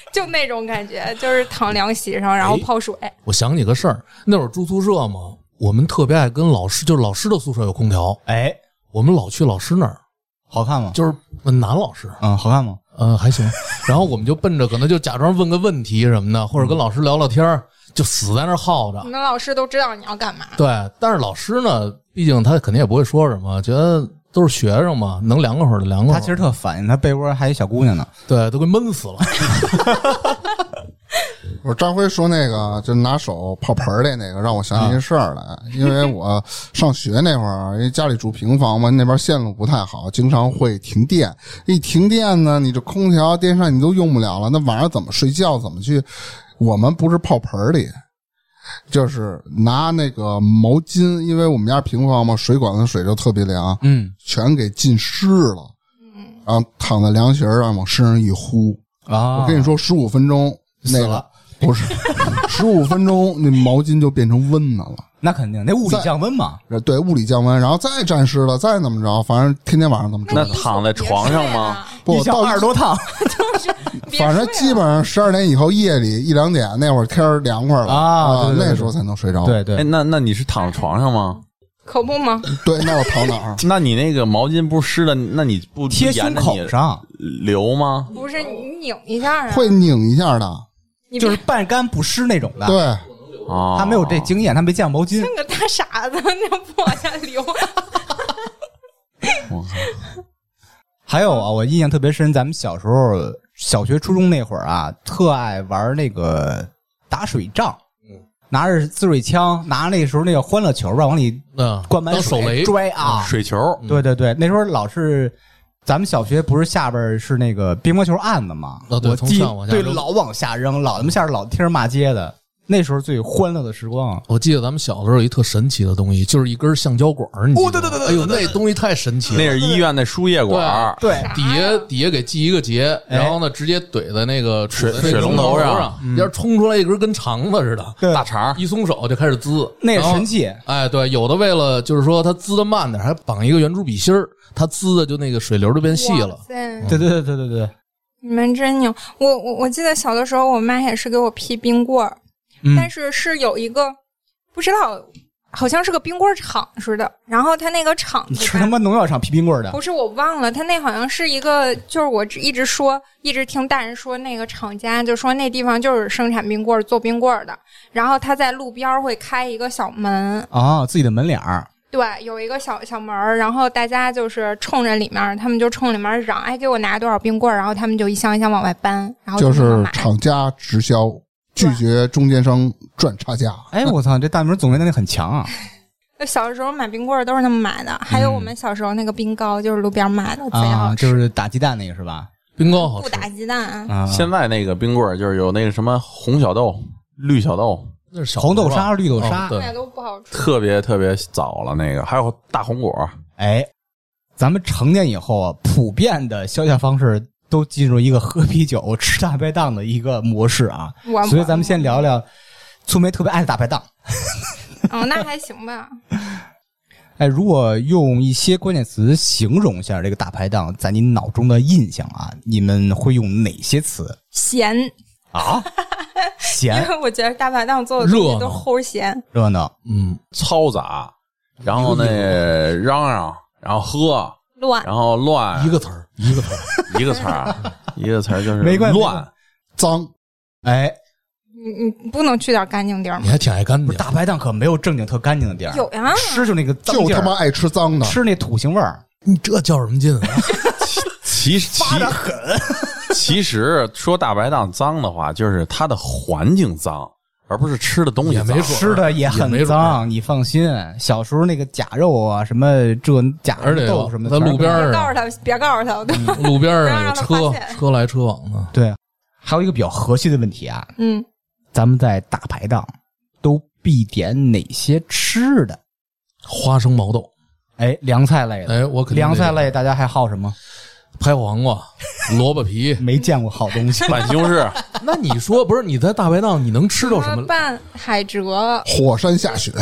E: 就那种感觉，就是躺凉席上，
D: 哎
E: 然后泡水。
A: 我想起个事儿，那会儿住宿舍嘛，我们特别爱跟老师，就是老师的宿舍有空调，
B: 哎，
A: 我们老去老师那儿，
B: 好看吗？
A: 就是问男老师，
B: 嗯，好看吗？
A: 嗯、还行。然后我们就奔着可能就假装问个问题什么的，或者跟老师聊聊天儿，就死在那儿耗着
E: 你。们老师都知道你要干 嘛，
A: 对，但是老师呢，毕竟他肯定也不会说什么，觉得都是学生嘛，能凉快会儿就凉快会儿。
B: 他其实特烦，他被窝还有一小姑娘呢。
A: 对都给闷死了。
D: 我张辉说那个，就拿手泡盆儿里那个，让我想起一事儿来。因为我上学那会儿，因为家里住平房嘛，那边线路不太好，经常会停电。一停电呢，你这空调、电扇你都用不了了，那晚上怎么睡觉？怎么去？我们不是泡盆儿里，就是拿那个毛巾，因为我们家平房嘛，水管子水就特别凉，
B: 嗯
D: 全给浸湿了。然后躺在凉席儿上往身上一呼，
B: 啊，
D: 我跟你说，十五分钟那
B: 死
D: 个
B: 了
D: 不是十五分钟，那毛巾就变成温的了。
B: 那肯定，那物理
D: 在
B: 降温嘛。
D: 对，物理降温，然后再沾湿了，再怎么着，反正天天晚上怎么
F: 那
D: 着，
F: 躺在床上吗？
D: 不
B: 一箱
D: 到
B: 二十多趟
E: 别睡了？
D: 反正基本上十二点以后，夜里一两点那会儿天儿凉快了
B: 啊对对对
D: 那时候才能睡着。
B: 对
F: 哎，
B: 对，
F: 那那你是躺床上吗？
E: 可不吗？
D: 对，那我躺哪 儿？
F: 那你那个毛巾不是湿的，那你不
B: 贴胸口上，
F: 流吗？
E: 不是你拧一下啊？
D: 会拧一下的，
E: 你
B: 就是半干不湿那种的。，
D: 对，
F: 啊，
B: 他没有这经验，他没见过毛巾
E: 那。个大傻子， 那不往下流。
F: 我靠。
B: 还有啊，我印象特别深，咱们小时候小学、初中那会儿啊，特爱玩那个打水仗，拿着自水枪，拿那时候那个欢乐球吧，往里
A: 嗯，
B: 灌满
A: 当手雷
B: 水，拽啊，
F: 哦水球，
A: 嗯
B: 对对对，那时候老是咱们小学不是下边儿是那个乒乓球案子嘛，
A: 啊对
B: 我
A: 从
B: 记
A: 上往下
B: 对
A: 扔
B: 老往下扔，老他妈下边老听人骂街的。那时候最欢乐的时光啊。
A: 我记得咱们小的时候有一特神奇的东西，就是一根橡胶管儿，你
E: 哦
A: 记得吗？哎呦，那东西太神奇了。
F: 那是医院那输液管儿，
B: 对，
A: 底
E: 啊
A: 下底下给系一个结，
B: 哎
A: 然后呢直接怼在那个
F: 水
A: 杵在那
F: 水
A: 个
F: 龙
A: 龙
F: 头
A: 头
F: 上
A: 上，要是冲出来一根跟肠子似的，
B: 对
F: 大肠儿，
A: 一松手就开始滋，
B: 那是
A: 然后
B: 神器
A: 哎，对，有的为了就是说它滋的慢点，还绑一个圆珠笔芯儿，它滋的就那个水流就变细了
E: 哇。塞
B: 对对对对对对，
E: 你们真牛！我我我记得小的时候，我妈也是给我批冰棍儿，但
B: 嗯，
E: 是是有一个不知道，好像是个冰棍儿厂似的。然后他那个厂
B: 你
E: 子
B: 吃
E: 吧
B: 他妈农药厂皮冰棍儿的
E: 不，是我忘了，他那好像是一个，就是我只一直说，一直听大人说那个厂家就说那地方就是生产冰棍儿、做冰棍儿的。然后他在路边儿会开一个小门，
B: 啊，自己的门脸儿，
E: 对，有一个小小门儿，然后大家就是冲着里面儿，他们就冲里面儿嚷，哎，给我拿多少冰棍儿，然后他们就一箱一箱往外搬，然后
D: 就
E: 能
D: 是
E: 买
D: 厂家直销，拒绝中间商赚差价。
B: 哎，我操，这大明总结能力很强啊！
E: 小时候买冰棍儿都是那么买的，还有我们小时候那个冰糕就是路边儿买的，贼好
B: 啊，
E: 吃。
B: 就是打鸡蛋那个是吧？
A: 冰糕好
E: 不
A: 吃，
E: 打鸡蛋 啊，
B: 啊，
F: 现在那个冰棍儿就是有那个什么红小豆、绿小豆，
A: 那是小
B: 红豆
A: 时候
B: 沙、
A: 啊
B: 绿豆
A: 哦，
B: 沙
A: 对
E: 那都不好吃。
F: 特别特别早了那个，还有大红果儿，
B: 哎，咱们成年以后啊，普遍的消遣方式都进入一个喝啤酒、 吃大排档的一个模式啊。
E: 我
B: 所以咱们先聊聊粗梅特别爱的大排档。
E: 哦，那还行吧。
B: 哎，如果用一些关键词形容一下这个大排档在你脑中的印象啊，你们会用哪些词
E: 咸，
B: 啊？
E: 因
B: 咸、
E: 为我觉得大排档做的东西都齁咸。
B: 热闹、
A: 嗯，
F: 嘈杂，然后
B: 哎
F: 那嚷嚷，然后喝，
E: 乱，
F: 然后乱，
A: 一个词儿一个词儿，
F: 一个词儿，啊 一个词儿就是
B: 没关系
F: 乱，
D: 脏，
B: 哎，
E: 你你不能去点干净地儿
A: 你
E: 吗？
A: 还挺爱干
B: 不
A: 净
B: 是。大排档可没有正经特干净的地儿，
E: 有呀，
B: 嗯吃就那个脏
D: 就
B: 劲
D: 他妈
B: 儿，
D: 爱吃脏的。
B: 吃那土腥味儿，
A: 你这叫什么劲 啊？
F: 其其 其实说大排档脏的话，就是它的环境脏，而不是吃的东西
A: 也
F: 脏。。
A: 没准儿
B: 吃的也
A: 也没
B: 很
A: 准儿
B: 脏，你放心。小时候那个假肉啊，什么这假
A: 而且
B: 豆腐什么的，
A: 在路
B: 全是
A: 边
E: 别
A: 儿
E: 告诉
A: 上，
E: 他，别告诉他，对吧？
A: 路边儿上啊有
E: 不要
A: 车
E: 让他发现
A: 车来车往的，
B: 对。还有一个比较核心的问题啊，
E: 嗯，
B: 咱们在大排档都必点哪些吃的？
A: 花生毛豆。
B: 哎，凉菜类的，
A: 哎，我肯定
B: 凉菜
A: 得
B: 类大家还好什么？。
A: 拍黄 瓜、萝卜皮
B: 没见过好 东西
A: 哎
F: 办西红柿，
A: 那你说不是你在大排档你能吃到什 么？
E: 拌海蜇，
D: 火山下雪，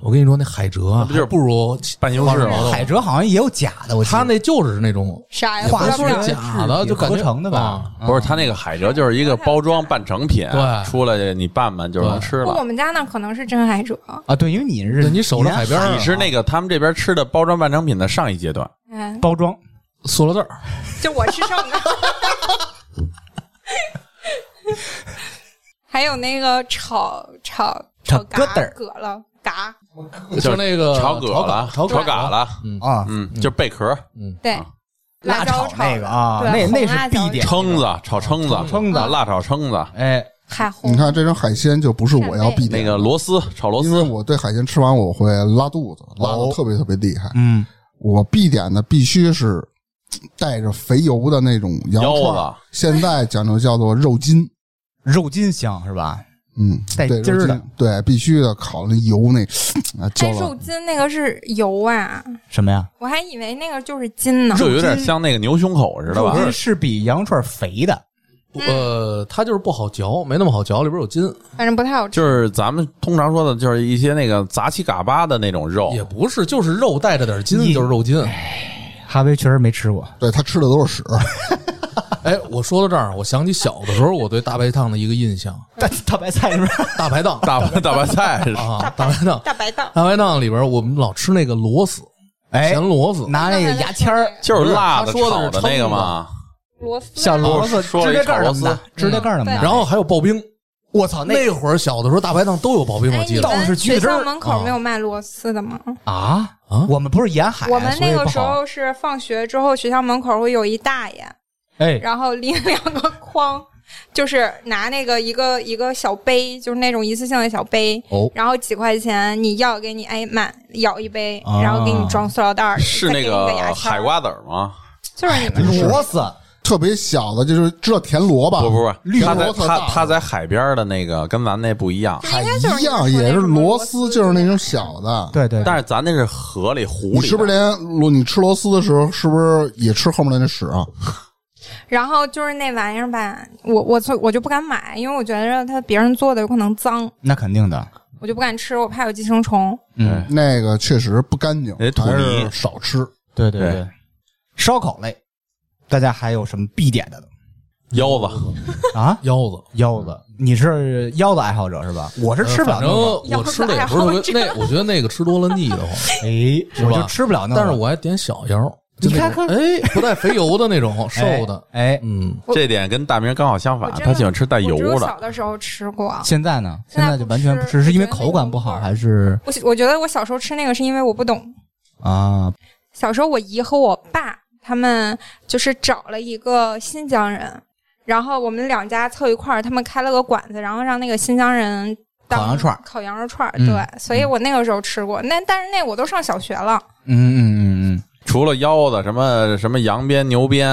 A: 我跟你说，那海蜇啊，
F: 不就是
A: 还不如
F: 办西红柿
A: 黄瓜
F: 嘛。
B: 海蜇好像也有假的，我记
A: 他
B: 得
A: 那就是那种
E: 啥呀？
B: 化
E: 不知道
B: 学
E: 是
A: 假的就感觉
B: 合成的吧
A: 啊？
F: 不是，它那个海蜇就是一个包装半成品，
A: 对
F: 出来你拌拌就是能吃
E: 不我
F: 了。
E: 们家那可能是真海蜇。
B: 啊，对，因为你是
A: 对你守着海边儿啊
F: 你是那个他们这边吃的包装半成品的上一阶段，
E: 哎，
B: 包装，
A: 塑料袋儿，
E: 就我吃剩 的。还有那个炒炒
B: 炒
E: 嘎
B: 疙瘩儿
E: 蛤了嘎，
A: 就那个
F: 炒蛤了
A: 了，，炒
F: 炒
A: 蛤
F: 蛤，了，
B: 啊，
F: 嗯，就是贝壳、
E: 对，辣椒
B: 炒
E: 炒
B: 那个啊，
E: 对
B: 那
E: 红
B: 那
E: 辣
B: 是
E: 椒
B: 必点。
F: 蛏子、炒蛏子、
B: 蛏子
F: 啊辣炒蛏子，
B: 哎，
E: 海红
D: 你，看这种海鲜就不是我要必
F: 那
D: 点的
F: 个螺丝炒螺
D: 嗯因为
F: 丝，
D: 我对海鲜吃完我会拉肚子，拉
F: 哦
D: 的特别特别厉害。
B: 嗯，
D: 我必点的必须是带着肥油的那种羊
F: 腰
D: 串
F: 子，
D: 现在讲究叫做肉筋。
B: 肉筋香是吧？
D: 嗯，
B: 带
D: 对
B: 筋儿的
D: 肉筋对，必须的，烤那油那，啊，
E: 哎，
D: 焦
E: 肉
D: 了。
E: 筋那个是油啊，
B: 什么呀？
E: 我还以为那个就是筋呢。
F: 就有点像那个牛胸口似的
B: 肉
F: 吧？
B: 筋是比羊肉串肥的，
A: 呃，它就是不好嚼，没那么好嚼，里边有筋，
E: 反正不太好吃。
F: 就是咱们通常说的，就是一些那个杂七嘎巴的那种肉，
A: 也不是，就是肉带着点筋，
B: 你
A: 就是肉筋。
B: 哈维确实没吃过。
D: 对他吃的都是屎，
A: 哎，我说到这儿，我想起小的时候我对大排档的一个印象，
B: 大大白菜是吧？
A: 大排档
F: 大白大白菜是吧，
A: 啊，大排档，
E: 大白档，
A: 大排档里边我们老吃那个螺丝，
B: 哎
A: 咸，螺丝，
B: 拿那个牙签儿，
F: 就是辣的
A: 不是他说
F: 炒
A: 的是
F: 的那个嘛，
E: 螺丝啊
B: 小螺丝
F: 哦说了
B: 指甲
F: 一
B: 盖儿那
F: 炒
B: 么
F: 螺丝
B: 大，指甲盖儿那么大。
A: 然后还有刨冰。
B: 我操，那
A: 哎那会儿小的时候，大排档都有刨冰，我
E: 哎，
A: 记
E: 你
A: 得。
B: 倒是
E: 们
B: 橘
E: 学
B: 子汁儿
E: 校门口没有卖螺丝的吗？
B: 啊
A: 啊
B: 我们不是沿海，
E: 我们那
B: 哎所以
E: 个
B: 不
E: 时
B: 好
E: 候是放学之后，学校门口会有一大爷，
B: 哎，
E: 然后拎两个筐，就是拿那个一个一个小杯，就是那种一次性的小杯，
A: 哦
E: 然后几块钱，你要给你哎满舀一杯，
B: 啊
E: 然后给你装塑料袋儿，
F: 是
E: 再
F: 那
E: 给你个牙
F: 个
E: 签儿
F: 海，瓜子儿吗？
E: 就是你们
B: 螺丝
D: 特别小的，就是知道田螺吧？
F: 不不不，
D: 啊绿
F: 他在
D: 萝特
F: 他
D: 大，
F: 他在海边的那个跟咱那不一样，
E: 应该就是
D: 一样
E: 你说
D: 也
E: 那
D: 是
E: 种
D: 螺
E: 螺
D: 丝，
E: 丝
D: 就是那种小的。，
B: 对对，
F: 但
B: 是
F: 是咱那是河里湖里
D: 你
F: 的，
D: 是不是连螺你吃螺丝的时候，是不是也吃后面的那屎啊？
E: 然后就是那玩意儿吧，我我从我就不敢买，因为我觉得它别人做的有可能脏，
B: 那肯定的，
E: 我就不敢吃，我怕有寄生虫。
B: 嗯，
D: 那个确实不干净，
F: 哎那土
D: 还
F: 泥
D: 是少吃。
B: 对对
F: 对
B: 对。烧烤类，大家还有什么必点的呢
F: 腰子？
B: 啊？
A: 腰子。
B: 腰子，你是腰子爱好者是吧？我是吃不了
A: 啊反
B: 那
A: 正
B: 个，
A: 我吃的也不是特别，那我觉得那个吃多了腻得 慌，
B: 哎，
A: 是吧
B: 我就吃不了那个。
A: 但是我还点小腰，就那种哎不带肥油的那 种瘦的，
B: 哎，哎
A: 嗯，
E: 我
F: 这点跟大明刚好相反
E: 我，真的
F: 他喜欢吃带
E: 我只有
F: 油的
E: 小。的时候吃过，
B: 现在呢？现
E: 现在
B: 在就完全不
E: 不
B: 吃，
E: 吃
B: 是因为口感不好还是
E: 我我觉得我小时候吃那个是因为我不懂，
B: 啊？
E: 小时候我姨和我爸他们就是找了一个新疆人，然后我们两家凑一块儿，他们开了个馆子，然后让那个新疆人
B: 烤羊肉
E: 当
B: 串儿
E: 烤羊肉串儿，
B: 嗯
E: 对，所以我那个时候吃过。那但是那我都上小学了，
B: 嗯嗯嗯嗯，
F: 除了腰子，什么什么羊鞭、牛鞭，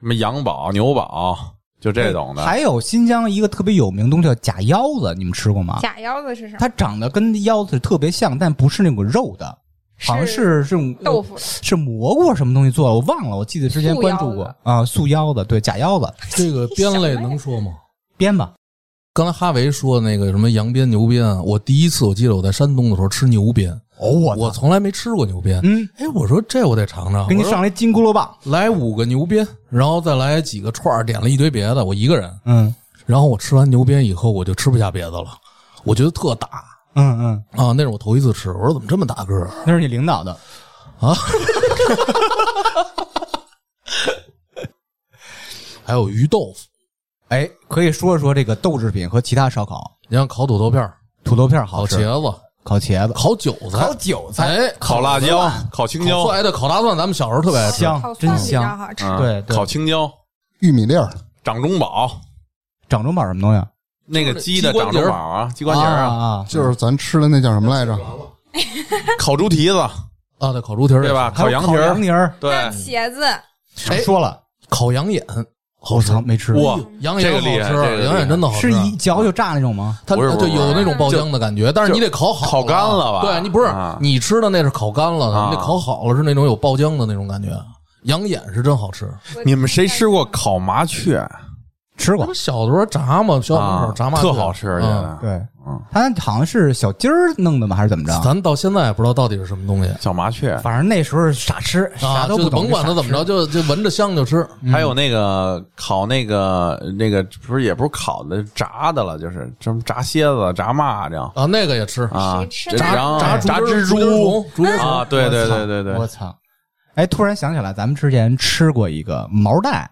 F: 什么羊宝、牛宝，就这种的。
B: 哎还有新疆一个特别有名的东西叫假腰子，你们吃过吗？
E: 假腰子是什么？
B: 啊它长得跟腰子特别像，但不是那种肉的，好像是哦这种呃
E: 豆腐的，
B: 是蘑菇什么东西做的，我忘了。我记得之前关注
E: 素腰
B: 过
E: 子
B: 啊，素腰子，对，假腰子，
A: 这个边类能说吗？
B: 编吧，
A: 刚才哈维说那个什么羊鞭、牛鞭啊，我第一次我记得我在山东的时候吃牛鞭，
B: 哦，我
A: 我从来没吃过牛鞭。
B: 嗯，
A: 哎，我说这我得尝尝，
B: 给你
A: 我说
B: 上来金箍棒，棒，
A: 来五个牛鞭，然后再来几个串儿，点了一堆别的，我一个人。
B: 嗯
A: 然后我吃完牛鞭以后，我就吃不下别的了，我觉得特大
B: 嗯嗯，
A: 啊！那是我头一次吃，我说怎么这么大个儿？
B: 那是你领导的
A: 啊。还有鱼豆腐，
B: 哎，可以说说这个豆制品和其他烧烤，
A: 你像烤土豆片儿、
B: 土豆片儿
A: 烤
B: 好吃，
A: 茄子、
B: 烤茄子，
A: 烤韭菜、
B: 烤韭菜，
A: 哎、
F: 烤辣椒、烤青椒
A: 烤，蒜哎，对，烤大蒜，咱们小时候特别爱吃。
B: 香
E: 烤
B: 真
E: 蒜比较
B: 香
E: 好吃。
F: 嗯
B: 对对
F: 烤青椒、
D: 玉米粒儿，
F: 掌中宝，
B: 掌中宝什么东西？
F: 那个鸡的
A: 鸡冠
F: 掌
A: 节
F: 中
A: 儿
F: 宝啊，鸡冠节儿啊，
B: 啊，
D: 就是咱吃的那叫什么来着？
F: 嗯烤猪蹄子，
A: 啊，对，烤猪蹄儿也
F: 对吧？
A: 是？
B: 还有
F: 羊
B: 烤
F: 蹄儿
B: 羊，蹄儿，
F: 对，
E: 那茄子，
A: 哎
B: 说了，
A: 烤羊眼，
B: 我操，没吃过，啊
F: 哇，
A: 羊眼
F: 这
A: 好
F: 个厉害这个
A: 吃，
F: 厉害
A: 羊眼真的好吃。
B: 是一嚼就炸那种吗？
A: 它
F: 不是不
A: 就是有那种爆
F: 就
A: 浆的感觉，但是
F: 就
A: 你得烤好啊
F: 烤干了吧
A: 对你不是
F: 啊
A: 你吃的那是烤干了的，
F: 啊
A: 你得烤好了是那种有爆浆的那种感觉。羊眼是真好吃，
E: 我
F: 你们谁吃过烤麻雀？
B: 吃
A: 那
B: 过
A: 不，小的时候炸吗？学校门
F: 啊
A: 口炸，麻
F: 特
A: 雀
F: 好吃，
A: 嗯
F: 觉得
B: 对
F: 嗯，
B: 它好像是小鸡儿弄的吗？还是怎么着？
A: 咱到现在也不知道到底是什么东西
F: 小麻雀，
B: 反正那时候傻吃，啥
A: 啊，
B: 都不
A: 就
B: 懂，
A: 甭管它怎么着，就就闻着香就吃。
F: 还有那个烤那个那个不是也不是烤的炸的了，就是什么炸蝎子、炸蚂蚱
A: 啊，那个也吃，
F: 啊
E: 谁，吃
F: 然后
A: 炸
F: 炸
A: 猪蹄儿
F: 蜘
A: 猪蹄儿
F: 蛛
A: 虫，猪哎蹄儿虫嗯
F: 啊，对对对对
B: 我
F: 对，
B: 操！哎，突然想起来，咱们之前吃过一个毛蛋，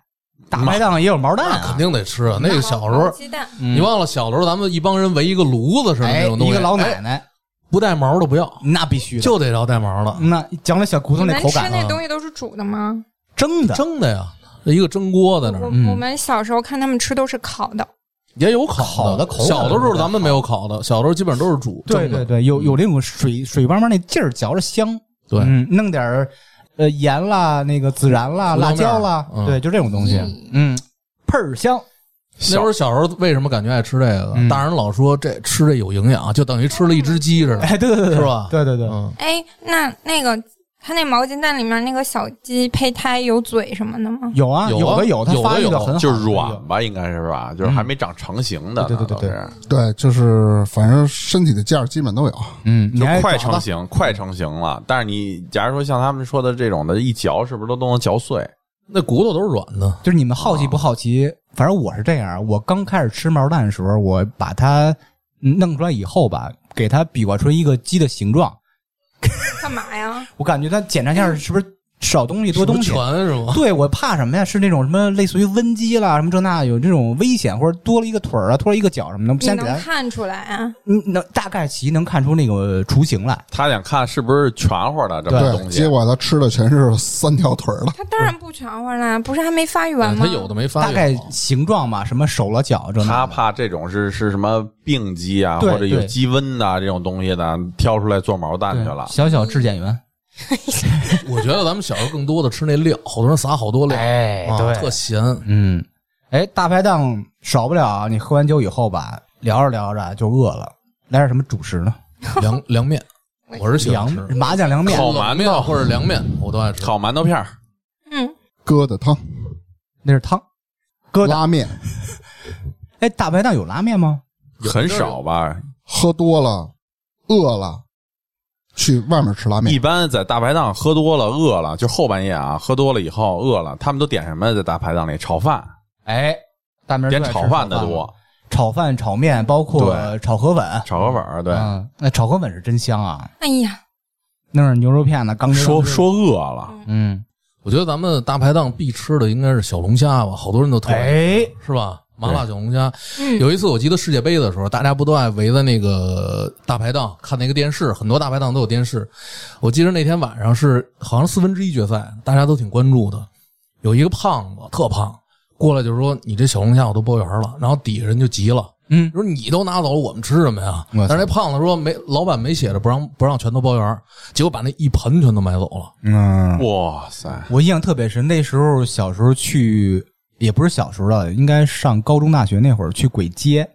B: 大排档也有毛蛋啊，嗯
A: 肯定得吃啊。那个小时候
E: 烤，鸡蛋，
A: 你忘了小时候咱们一帮人围一个炉子似的
B: 哎，
A: 那种东
B: 一
A: 西，
B: 个老
A: 哎
B: 奶嗯奶，
A: 不带毛的不要，
B: 那必须的，
A: 就得要带毛的，
B: 那嚼那小骨头
E: 你
B: 那
E: 们
B: 口
E: 吃
B: 感
E: 那
B: 啊，
E: 东西都是煮的吗？
B: 蒸的，
A: 蒸的呀，一个蒸锅在那儿
E: 我。
B: 嗯
E: 我们小时候看他们吃都是烤的，
A: 也有烤
B: 烤的口感
A: 小的时候
B: 比较
A: 咱们没有烤的，小的时候基本上都是煮
B: 对
A: 蒸
B: 对
A: 的。
B: 对，有有那种水水汪汪那劲儿，嚼着香。
A: 对
B: 嗯，弄点儿呃盐啦、那个孜然啦、
A: 胡椒面
B: 辣
A: 儿
B: 椒啦，
A: 嗯
B: 对，就这种东西。嗯，倍儿香。
A: 那会儿小时候为什么感觉爱吃这个？
B: 嗯
A: 大人老说这吃这有营养，就等于吃了一只鸡似的。
B: 哎，对对对，对
A: 是吧
B: 对对对，
A: 嗯，
E: 哎，那那个它那毛巾蛋里面那个小鸡胚胎有嘴什么的吗？
B: 有啊，
A: 有啊
B: 的有，它
A: 有的
B: 发育的
A: 有嗯
B: 很好，
F: 就是软吧，应该是吧，就是还没长成型的呢，
B: 对对对对
F: 都是
D: 对，就是反正身体的件儿基本都有。
B: 嗯，你
F: 就
B: 还
F: 快
B: 找
F: 成
B: 到
F: 型，快成型了。但是你假如说像他们说的这种的，一嚼是不是都都能嚼碎？
A: 那骨头都是软的，
B: 就是你们好奇不好奇？反正我是这样，我刚开始吃毛蛋的时候，我把它嗯弄出来以后吧，给它比划出一个鸡的形状，
E: 干嘛呀？
B: 我感觉它检查一下是不是少东西多东西
A: 是。不是全是 吗？
B: 对我怕什么呀？是那种什么类似于温鸡啦，什么这那有这种危险，或者多了一个腿儿啊，多了一个脚什么的，
E: 你
B: 先给
E: 能
B: 它，
E: 看出来啊？
B: 嗯，能大概其能看出那个雏形来。
F: 他想看是不是全乎的这么
D: 对，
F: 东
D: 结
F: 西。
D: 果他吃的全是三条腿儿的。
E: 它当然不全乎啦，不是还没发育完吗？
A: 它有的没发
B: 大
A: 育
B: 概
A: 好
B: 形状嘛，什么手了脚这
F: 他
B: 那的。
F: 怕这种是是什么病鸡啊，
B: 对
F: 或者有
B: 对
F: 鸡瘟的啊这种东西的，挑出来做毛蛋去
B: 对
F: 了。
B: 小小质检员，
A: 我觉得咱们小时候更多的吃那料，好多人撒好多料，
B: 哎
A: 啊
B: 对
A: 特咸。
B: 嗯，哎，大排档少不了啊你喝完酒以后吧，聊着聊着就饿了，来点什么主食呢？
A: 凉凉面，我是喜欢
B: 哎凉
A: 吃
B: 麻酱凉面，
F: 烤
A: 冷
F: 馒
A: 面
F: 头
A: 或者凉面，我都爱吃。
F: 烤馒头片儿，
E: 嗯，
D: 疙瘩汤、
B: 那是汤。疙瘩，
D: 拉面，
B: 哎，大排档有拉面吗？
A: 有
F: 很少吧？
D: 喝多了、饿了，去外面吃拉
F: 一
D: 面。
F: 般在大排档喝多了、饿了，就后半夜啊，喝多了以后饿了，他们都点什么呀？在大排档里炒饭，
B: 哎，大明儿
F: 点
B: 最爱吃
F: 炒饭的
B: 了
F: 多，，
B: 炒饭、炒面，包括
F: 对
B: 炒河粉。
F: 炒河粉儿。对，
B: 嗯，那炒河粉是真香啊，
E: 哎呀，
B: 弄点牛肉片子，刚知道
F: 说
B: 是
F: 说饿了，
B: 嗯，
A: 我觉得咱们大排档必吃的应该是小龙虾吧，好多人都特爱，
B: 哎，
A: 是吧？麻辣小龙虾。
E: 嗯
A: 有一次我记得世界杯的时候，大家不都爱围在那个大排档看那个电视，很多大排档都有电视。我记得那天晚上是好像四分之一决赛，大家都挺关注的。有一个胖子特胖过来就说：“你这小龙虾我都包圆了。”然后底下人就急了。
B: 嗯，
A: 说你都拿走了，我们吃什么呀？
B: 我操
A: 但是那胖子说没，老板没写着不让不让全都包圆儿，结果把那一盆全都买走了。
B: 嗯，
F: 哇塞！
B: 我印象特别深，那时候小时候去，也不是小时候了，应该上高中、大学那会儿去鬼街，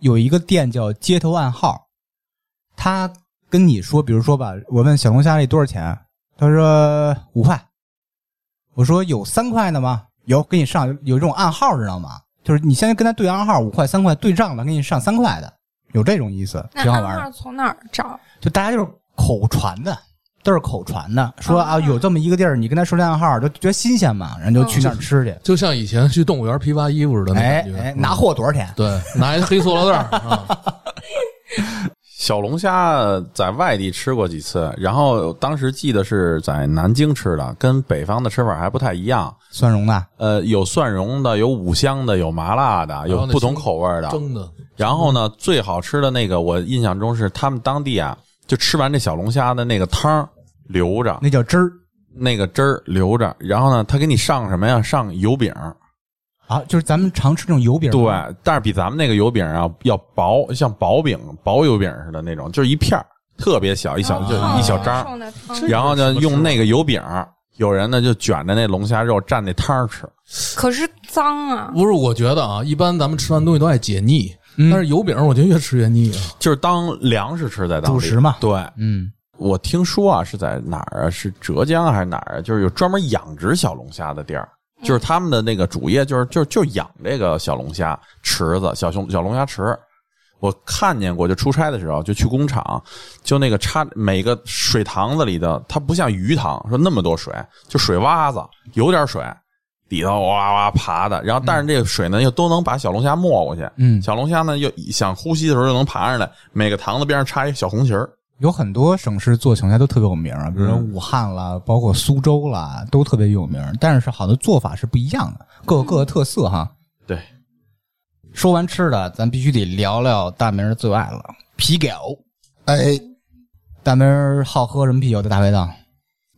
B: 有一个店叫街头暗号，他跟你说，比如说吧，我问小龙虾这多少钱，他说五块，我说有三块的吗？有，给你上有这种暗号知道吗？就是你先跟他对暗号，五块、三块对账了，给你上三块的，有这种意思，
E: 那
B: 挺好玩
E: 暗
B: 的
E: 号。从哪儿找？
B: 就大家就是口传的，都是口传的，说啊
E: 啊
B: 有这么一个地儿，你跟他说这暗号，就觉得新鲜嘛，人就去那儿吃去。
A: 就像以前去动物园批发衣服似的那
B: 哎
A: 感觉，
B: 哎，
A: 嗯
B: 拿货多少钱？
A: 对，拿一黑塑料袋儿 啊，
F: 小龙虾在外地吃过几次，然后当时记得是在南京吃的，跟北方的吃法还不太一样。
B: 蒜蓉的，
F: 呃，有蒜蓉的，有五香的，有麻辣的，有不同口味的。
A: 蒸的
F: 然后呢，最好吃的那个，我印象中是他们当地啊，就吃完这小龙虾的那个汤儿留着，
B: 那叫汁儿
F: 那个汁儿留着。然后呢，他给你上什么呀？上油饼儿，
B: 啊，就是咱们常吃这种油饼。
F: 对，但是比咱们那个油饼啊要薄，像薄饼、薄油饼似的那种，就是一片儿，特别小，一小就
E: 哦
F: 一小张儿。
E: 送的汤
F: 然后呢，用那个油饼儿，有人呢就卷着那龙虾肉蘸那汤儿吃。
E: 可是脏啊！
A: 不是？我觉得啊，一般咱们吃完东西都爱解腻，
B: 嗯
A: 但是油饼我觉得越吃越腻啊。
F: 就是当粮食吃在当地
B: 主食嘛
F: 对，
B: 嗯，
F: 我听说啊是在哪儿啊？是浙江还是哪儿啊？就是有专门养殖小龙虾的地儿，就是他们的那个主业就是就就养这个小龙虾池子，小熊小龙虾池。我看见过，就出差的时候就去工厂，就那个插每个水塘子里的，它不像鱼塘说那么多水，就水洼子有点水，底头哇哇爬的，然后但是这个水呢又都能把小龙虾没过去，
B: 嗯
F: 小龙虾呢又想呼吸的时候就能爬上来，每个塘子边上插一小红旗儿，
B: 有很多省市做小龙虾都特别有名儿，比如说
F: 嗯
B: 武汉啦，包括苏州啦，都特别有名儿。但是好多做法是不一样的，各有各的特色哈。
F: 对。
B: 说完吃的，咱必须得聊聊大明儿最爱了啤酒。
D: 哎，
B: 大明儿好喝什么啤酒？在大排档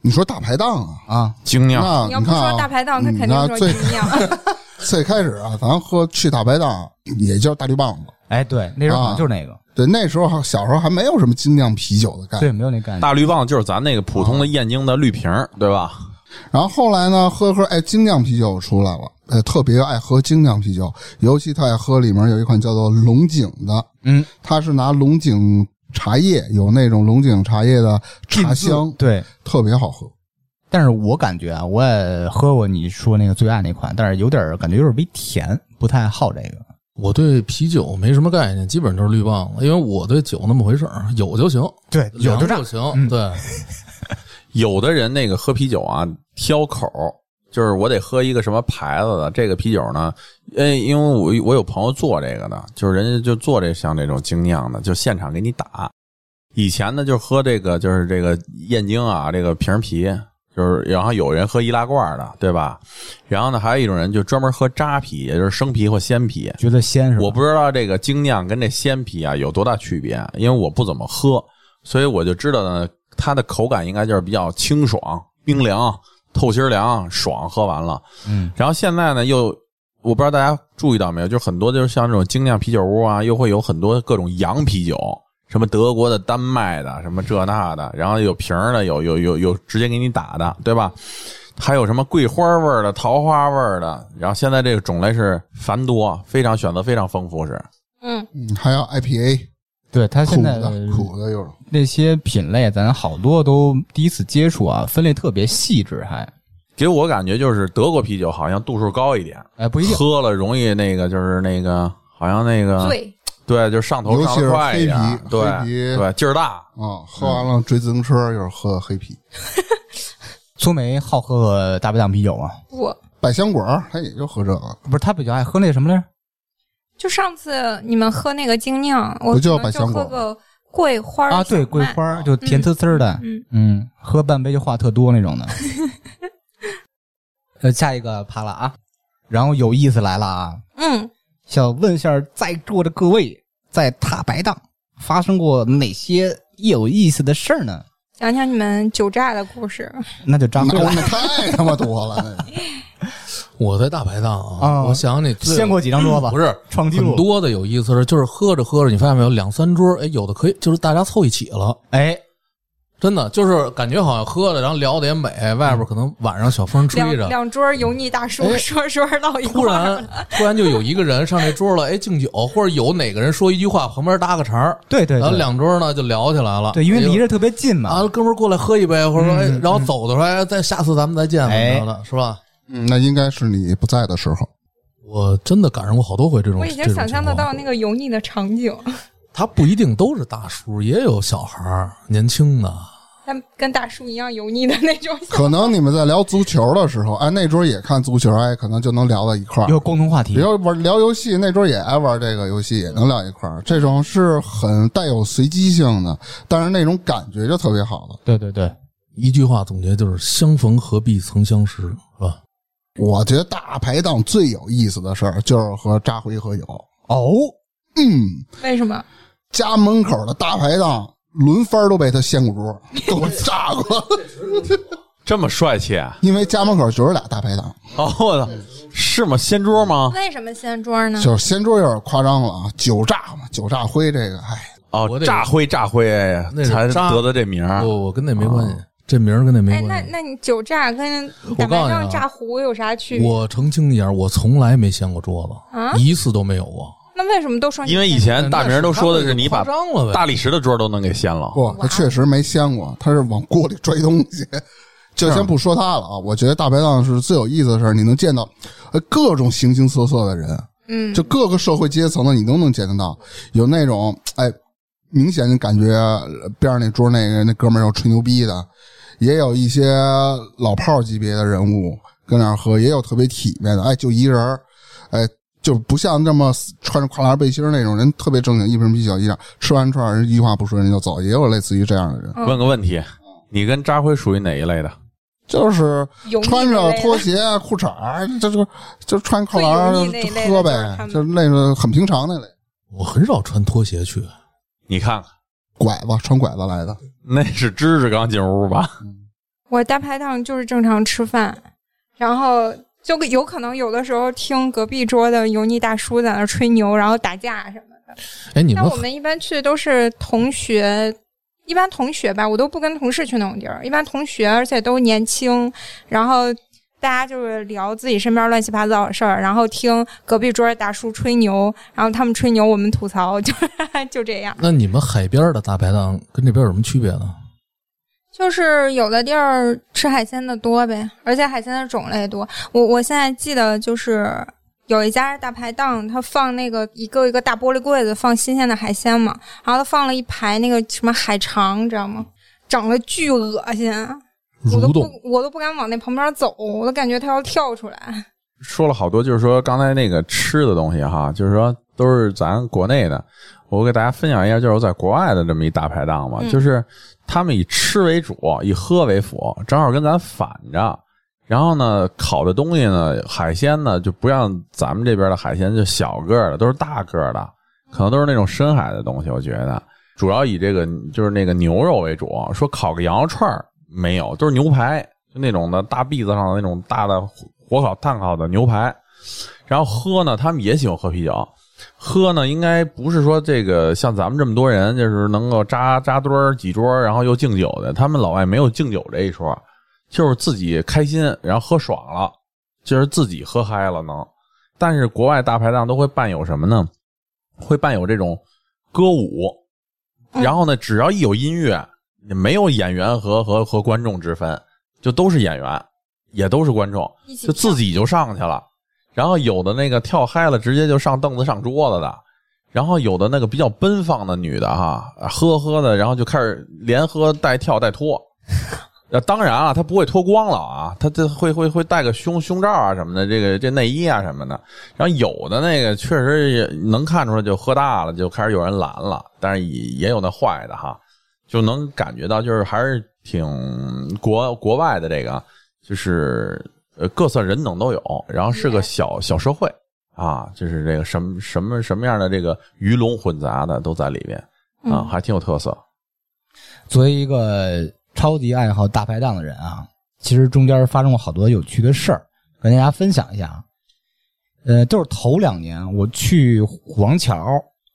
D: 你说大排档啊？
B: 啊，
F: 精酿
D: 那
E: 你要
D: 你
E: 不
D: 看啊，
E: 说大排档，他
D: 嗯
E: 肯
D: 那
E: 定说
D: 最
E: 营养。
D: 最开始啊，咱喝去大排档也叫大绿棒子。
B: 哎，对，那时候好像就是那个，
D: 对，那时候还小时候还没有什么精酿啤酒的概念。
B: 对，没有那概念。
F: 大绿棒就是咱那个普通的燕京的绿瓶儿，对吧？
D: 然后后来呢，喝喝哎，精酿啤酒出来了，呃，特别爱喝精酿啤酒，尤其特爱喝里面有一款叫做龙井的，
B: 嗯，
D: 它是拿龙井茶叶，有那种龙井茶叶的茶香，
B: 对，
D: 特别好喝。
B: 但是我感觉啊，我也喝过你说那个最爱那款，但是有点儿感觉有点儿微甜，不太好这个。
A: 我对啤酒没什么概念，基本就是绿棒子，因为我对酒那么回事儿，有就行，
B: 对
A: 凉就
B: 嗯
A: 行。对，
F: 有的人那个喝啤酒啊，挑口儿，就是我得喝一个什么牌子的这个啤酒呢？呃，因为我我有朋友做这个的，就是人家就做这像这种精酿的，就现场给你打。以前呢，就喝这个，就是这个燕京啊，这个瓶儿啤，就是然后有人喝易拉罐的，对吧？然后呢，还有一种人就专门喝扎啤，也就是生啤或鲜啤。
B: 觉得鲜是吧？
F: 我不知道这个精酿跟这鲜啤啊有多大区别，因为我不怎么喝，所以我就知道呢，它的口感应该就是比较清爽、冰凉、透心儿凉、爽，喝完了。
B: 嗯，
F: 然后现在呢，又我不知道大家注意到没有，就是很多就是像这种精酿啤酒屋啊，又会有很多各种洋啤酒，什么德国的、丹麦的，什么这那的，然后有瓶儿的，有有有有直接给你打的，对吧？还有什么桂花味儿的、桃花味儿的，然后现在这个种类是繁多，非常选择非常丰富是。
E: 嗯，
D: 嗯，还有 IPA，
B: 对它
D: 苦
B: 现在呃
D: 的苦的又是
B: 那些品类，咱好多都第一次接触啊，分类特别细致还，
F: 给我感觉就是德国啤酒好像度数高一点，
B: 哎，不一定。
F: 喝了容易那个就是那个好像那个
E: 醉，
F: 对，就是上头
D: 尤
F: 上
D: 其
F: 的
D: 是
F: 快一点
D: 黑
F: 儿
D: 啤，
F: 对
D: 黑啤
F: 对，劲儿大。
D: 啊，喝完了追自行车又是喝黑啤，
B: 苏梅好喝大排档啤酒啊，
E: 不，
D: 百香果儿他也就喝这个，
B: 不是他比较爱喝那什么来着？
E: 就上次你们喝那个精酿，我
D: 不叫
E: 可能
D: 百香
E: 就喝
D: 果
E: 个桂花
B: 啊，对，
E: 小
B: 桂
E: 麦
B: 花儿就甜滋滋儿的，
E: 嗯，
B: 嗯，喝半杯就话特多那种 的。呃，下一个趴了啊，然后有意思来了啊，
E: 嗯，
B: 想问一下在座的各位，在大排档发生过哪些有意思的事儿呢？
E: 讲讲你们酒驾的故事。
B: 那就张
D: 那
B: 哥来，
D: 那太他妈多了， 那个
A: 我在大排档
B: 啊
A: 我想你最
B: 掀过几张桌子，
A: 不是
B: 创纪
A: 很
B: 录，
A: 多的有意思的，就是喝着喝着，你发现没有，两三桌，哎，有的可以就是大家凑一起了。
B: 哎，
A: 真的就是感觉好像喝了，然后聊的也美，外边可能晚上小风吹
E: 两
A: 着，
E: 两桌油腻大叔
A: 哎
E: 说说到一
A: 突
E: 块儿，
A: 然突然就有一个人上这桌了，哎，敬酒，或者有哪个人说一句话，旁边搭个茬儿，
B: 对 对
A: 然后
B: 对，
A: 两桌呢就聊起来了。
B: 对，因为
A: 哎呦
B: 离着特别近嘛，
A: 啊，哥们儿过来喝一杯，或者说，哎
B: 嗯，
A: 然后走的时候，哎，再下次咱们再见，
B: 哎
A: 怎么着的，是吧？
D: 嗯那应该是你不在的时候，
A: 我真的赶上过好多回这种，
E: 我已经
A: 这种
E: 想象得
A: 情况
E: 到那个油腻的场景，
A: 他不一定都是大叔，也有小孩儿、年轻啊的。
E: 但跟大叔一样油腻的那种。
D: 可能你们在聊足球的时候，哎，那桌也看足球，哎，可能就能聊到一块儿。
B: 有共同话题
D: 比，如玩聊游戏，那桌也爱玩这个游戏，也能聊一块儿。这种是很带有随机性的，但是那种感觉就特别好了。
B: 对对对，
A: 一句话总结就是：相逢何必曾相识，是吧？
D: 我觉得大排档最有意思的事儿就是和扎辉喝酒。
B: 哦，
D: 嗯，
E: 为什么？
D: 家门口的大排档轮番都被他掀过桌，都炸过，
F: 这么帅气啊
D: 因为家门口就是俩大排档，
F: 哦，我操，是吗？掀桌吗？
E: 为什么掀桌呢？
D: 就是掀桌有点夸张了啊，酒炸嘛，酒炸灰这个，哎，
A: 我
F: 哦，
A: 得
F: 炸灰炸灰，哎呀
A: 那，是
F: 才
A: 渣
F: 得的这名
B: 啊
F: 儿
A: 我。我跟那没关系，
B: 哦
A: 这名儿跟那没
E: 哎，那
A: 关系。
E: 那你酒炸跟
A: 我
E: 打
A: 告诉
E: 麻
A: 你啊
E: 将炸糊有啥区别？
A: 我澄清一下，我从来没掀过桌子，
E: 啊
A: 一次都没有过。
E: 那为什么都说你
F: 因为以前大名儿都说的是你把
A: 那是他们夸张了呗
F: 大理石的桌都能给掀了。
D: 不，他确实没掀过，他是往锅里拽东西。就先不说他了啊，我觉得大排档是最有意思的事儿，你能见到呃各种形形色色的人，
E: 嗯
D: 就各个社会阶层的你都能见得到，有那种哎，明显就感觉呃边上那桌那个那哥们儿要吹牛逼的，也有一些老炮儿级别的人物跟那儿喝，也有特别体面的，哎，就一人儿，哎，就不像那么穿着跨栏背心儿那种人，特别正经，一瓶啤酒一样，吃完串儿人一句话不说人就走，也有类似于这样的人，
F: 问个问题，你跟扎辉属于哪一类的？
D: 就是
E: 油腻
D: 穿
E: 那
D: 着
E: 类的
D: 裤鞋啊、裤衩儿，这这就穿跨栏儿
E: 最
D: 就
E: 油腻那一类的
D: 喝
E: 就是
D: 呗
E: 他，们
D: 就是那个很平常那类。
A: 我很少穿拖鞋去，
F: 你看看，
D: 拐子穿拐子来的，
F: 那是芝芝刚进屋吧？
E: 我大排档就是正常吃饭，然后就有可能有的时候听隔壁桌的油腻大叔在那儿吹牛，然后打架什么的。
A: 哎，你
E: 但
A: 们
E: 我们一般去都是同学，一般同学吧，我都不跟同事去那种地儿，一般同学，而且都年轻，然后。大家就是聊自己身边乱七八糟的事儿，然后听隔壁桌的大叔吹牛，然后他们吹牛，我们吐槽，就 就这样。
A: 那你们海边的大排档跟这边有什么区别呢？
E: 就是有的地儿吃海鲜的多呗，而且海鲜的种类多。我我现在记得就是有一家大排档，它放那个一个一个大玻璃柜子放新鲜的海鲜嘛，然后它放了一排那个什么海肠，你知道吗？长得巨恶心，啊我
A: 蠕
E: 都不
A: 动，
E: 我都不敢往那旁边走，我都感觉它要跳出来。
F: 说了好多，就是说刚才那个吃的东西哈，就是说都是咱国内的。我给大家分享一下，就是我在国外的这么一大排档嘛，
E: 嗯
F: 就是他们以吃为主，以喝为辅，正好跟咱反着。然后呢，烤的东西呢，海鲜呢，就不像咱们这边的海鲜就小个儿的，都是大个儿的，可能都是那种深海的东西。我觉得主要以这个就是那个牛肉为主，啊说烤个羊肉串儿没有，都是牛排，就那种的大篦子上的那种大的火烤炭烤的牛排。然后喝呢，他们也喜欢喝啤酒，喝呢，应该不是说这个像咱们这么多人，就是能够扎扎堆儿几桌，然后又敬酒的。他们老外没有敬酒这一说，就是自己开心，然后喝爽了，就是自己喝嗨了能。但是国外大排档都会伴有什么呢？会伴有这种歌舞，
E: 嗯
F: 然后呢，只要一有音乐，没有演员和和和观众之分，就都是演员，也都是观众，
E: 一起
F: 就自己就上去了。然后有的那个跳嗨了，直接就上凳子上桌子的。然后有的那个比较奔放的女的哈、喝喝的，然后就开始连喝带跳带 脱。呃，当然啊，她不会脱光了啊，她这会会会带个胸胸罩啊什么的，这个这内衣啊什么的。然后有的那个确实也能看出来，就喝大了，就开始有人拦了，但是也也有那坏的哈，就能感觉到就是还是挺国国外的这个，就是呃各色人等都有，然后是个小小社会啊，就是这个什么什么什么样的这个鱼龙混杂的都在里边啊，
E: 嗯
F: 还挺有特色。
B: 作为一个超级爱好大排档的人啊，其实中间发生过好多有趣的事儿，跟大家分享一下啊。呃，就是头两年我去虎王桥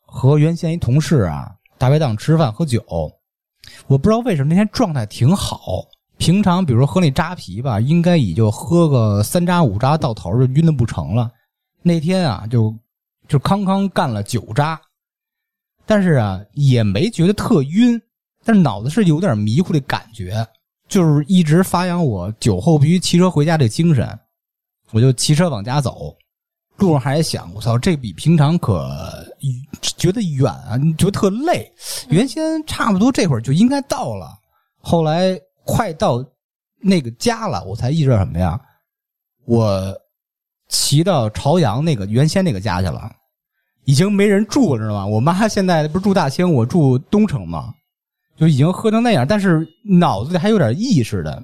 B: 和原先一同事啊大排档吃饭喝酒，我不知道为什么那天状态挺好。平常比如说喝那扎啤吧，应该也就喝个三扎五扎到头就晕的不成了。那天啊，就就康康干了九扎，但是啊也没觉得特晕，但是脑子是有点迷糊的感觉，就是一直发扬我酒后必须骑车回家这精神，我就骑车往家走，路上还想，我操，这比平常可觉得远啊，觉得特累。原先差不多这会儿就应该到了，后来快到那个家了，我才意识到什么呀？我骑到朝阳那个原先那个家去了。已经没人住了，知道吗？我妈现在不是住大兴，我住东城嘛。就已经喝成那样，但是脑子里还有点意识的。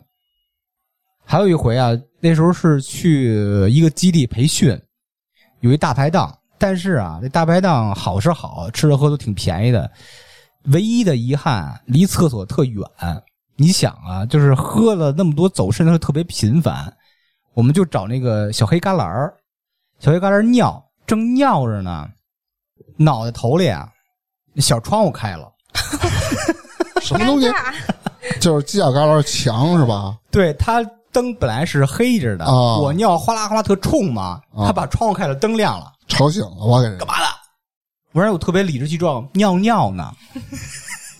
B: 还有一回啊，那时候是去一个基地培训，有一大排档，但是啊，这大排档好是好，吃的喝都挺便宜的，唯一的遗憾啊离厕所特远。你想啊，就是喝了那么多，走肾的时候特别频繁，我们就找那个小黑旮旯儿小黑旮旯儿尿，正尿着呢，脑袋头里啊，小窗户开了。
D: 什么东西
E: 尴？尬
D: 就是犄角旮旯墙是吧？
B: 对他灯本来是黑着的，
D: 啊
B: 我尿哗啦哗啦特冲嘛，
D: 啊
B: 他把窗户开了，灯亮了，
D: 吵醒了吧？给人
B: 干嘛呢？我让我特别理直气壮，尿尿呢。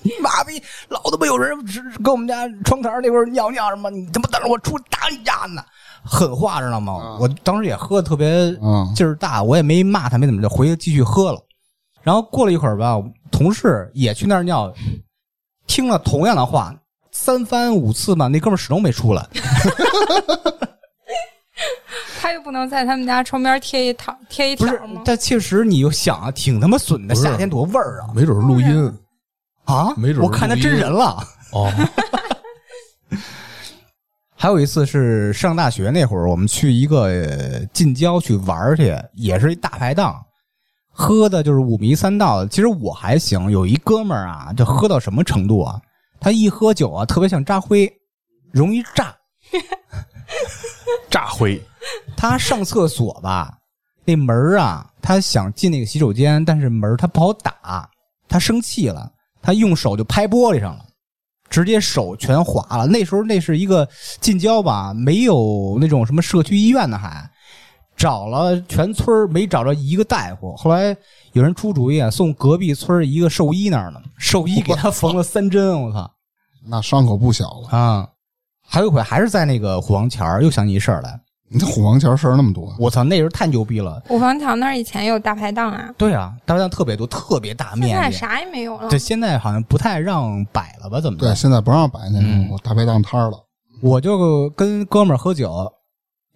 B: 你妈逼，老他妈有人直跟我们家窗台那块儿尿尿什么，你他妈等着我出去打你丫呢！狠话知道吗？
D: 啊
B: 我当时也喝的特别
D: 嗯
B: 劲儿大，我也没骂他，没怎么着，回去继续喝了。然后过了一会儿吧，同事也去那儿尿，听了同样的话，三番五次嘛，那哥们儿始终没出来。
E: 他又不能在他们家窗边贴一条贴一
B: 不
E: 条
B: 是
E: 吗，？
B: 但确实你又想啊，挺他妈损的，
A: 不是
B: 夏天多味儿啊
A: 没准儿录音
B: 啊！
A: 没准儿
B: 我看他真人了。
A: 哦，
B: 还有一次是上大学那会儿，我们去一个呃近郊去玩儿去，也是一大排档，喝的就是五迷三道的。其实我还行，有一哥们儿啊，这喝到什么程度啊？他一喝酒啊，特别像扎灰，容易炸。
F: 炸灰，
B: 他上厕所吧，那门儿啊，他想进那个洗手间，但是门儿他不好打，他生气了，他用手就拍玻璃上了，直接手全划了。那时候那是一个近郊吧，没有那种什么社区医院呢，还找了全村儿没找着一个大夫。后来有人出主意啊，送隔壁村儿一个兽医那儿呢，兽医给他缝了三针，我操！
D: 那伤口不小了。
B: 啊，还有一回还是在那个虎王桥儿，又想起一事儿来，
D: 你这虎王桥事儿那么多，
B: 我操，那时候太牛逼了。
E: 五房桥那儿以前有大排档啊，
B: 对啊，大排档特别多，特别大
E: 现
B: 面
E: 在
B: 积。
E: 啥也没有了
B: 对，。现在好像不太让摆了吧？怎么着
D: 对，？现在不让摆那
B: 嗯
D: 种大排档摊儿了。
B: 我就跟哥们儿喝酒，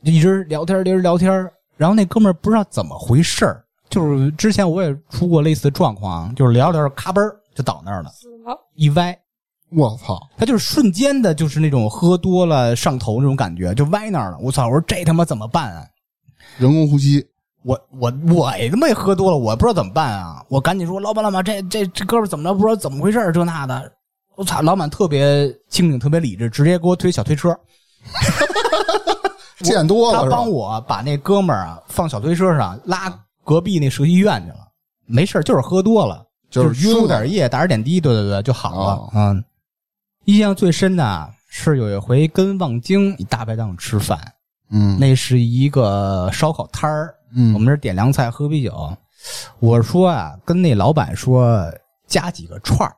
B: 就一直聊天儿，一直聊天儿。然后那哥们儿不知道怎么回事儿，就是之前我也出过类似的状况，就是聊着聊着咔嘣儿就倒那儿了，一歪。
D: 我操！
B: 他就是瞬间的，就是那种喝多了上头那种感觉，就歪那儿了。我操！我说这他妈怎么办啊？
D: 人工呼吸，
B: 我我我他妈也喝多了，我不知道怎么办啊！我赶紧说老板老板，这这这哥们儿怎么着？不知道怎么回事儿这那的。我操！老板特别清醒，特别理智，直接给我推小推车。
D: 见多了
B: 他
D: 是吧哦
B: 帮我把那哥们儿啊放小推车上，拉隔壁那社区医院去了。没事儿，就是喝多了，
D: 就是
B: 是
D: 晕
B: 输
D: 了
B: 点液，打点滴，对对对，就好了。
D: 哦
B: 嗯，印象最深的啊是有一回跟望京一大排档吃饭，
D: 嗯，
B: 那是一个烧烤摊儿，
D: 嗯
B: 我们这儿点凉菜喝啤酒。我说啊，跟那老板说加几个串儿，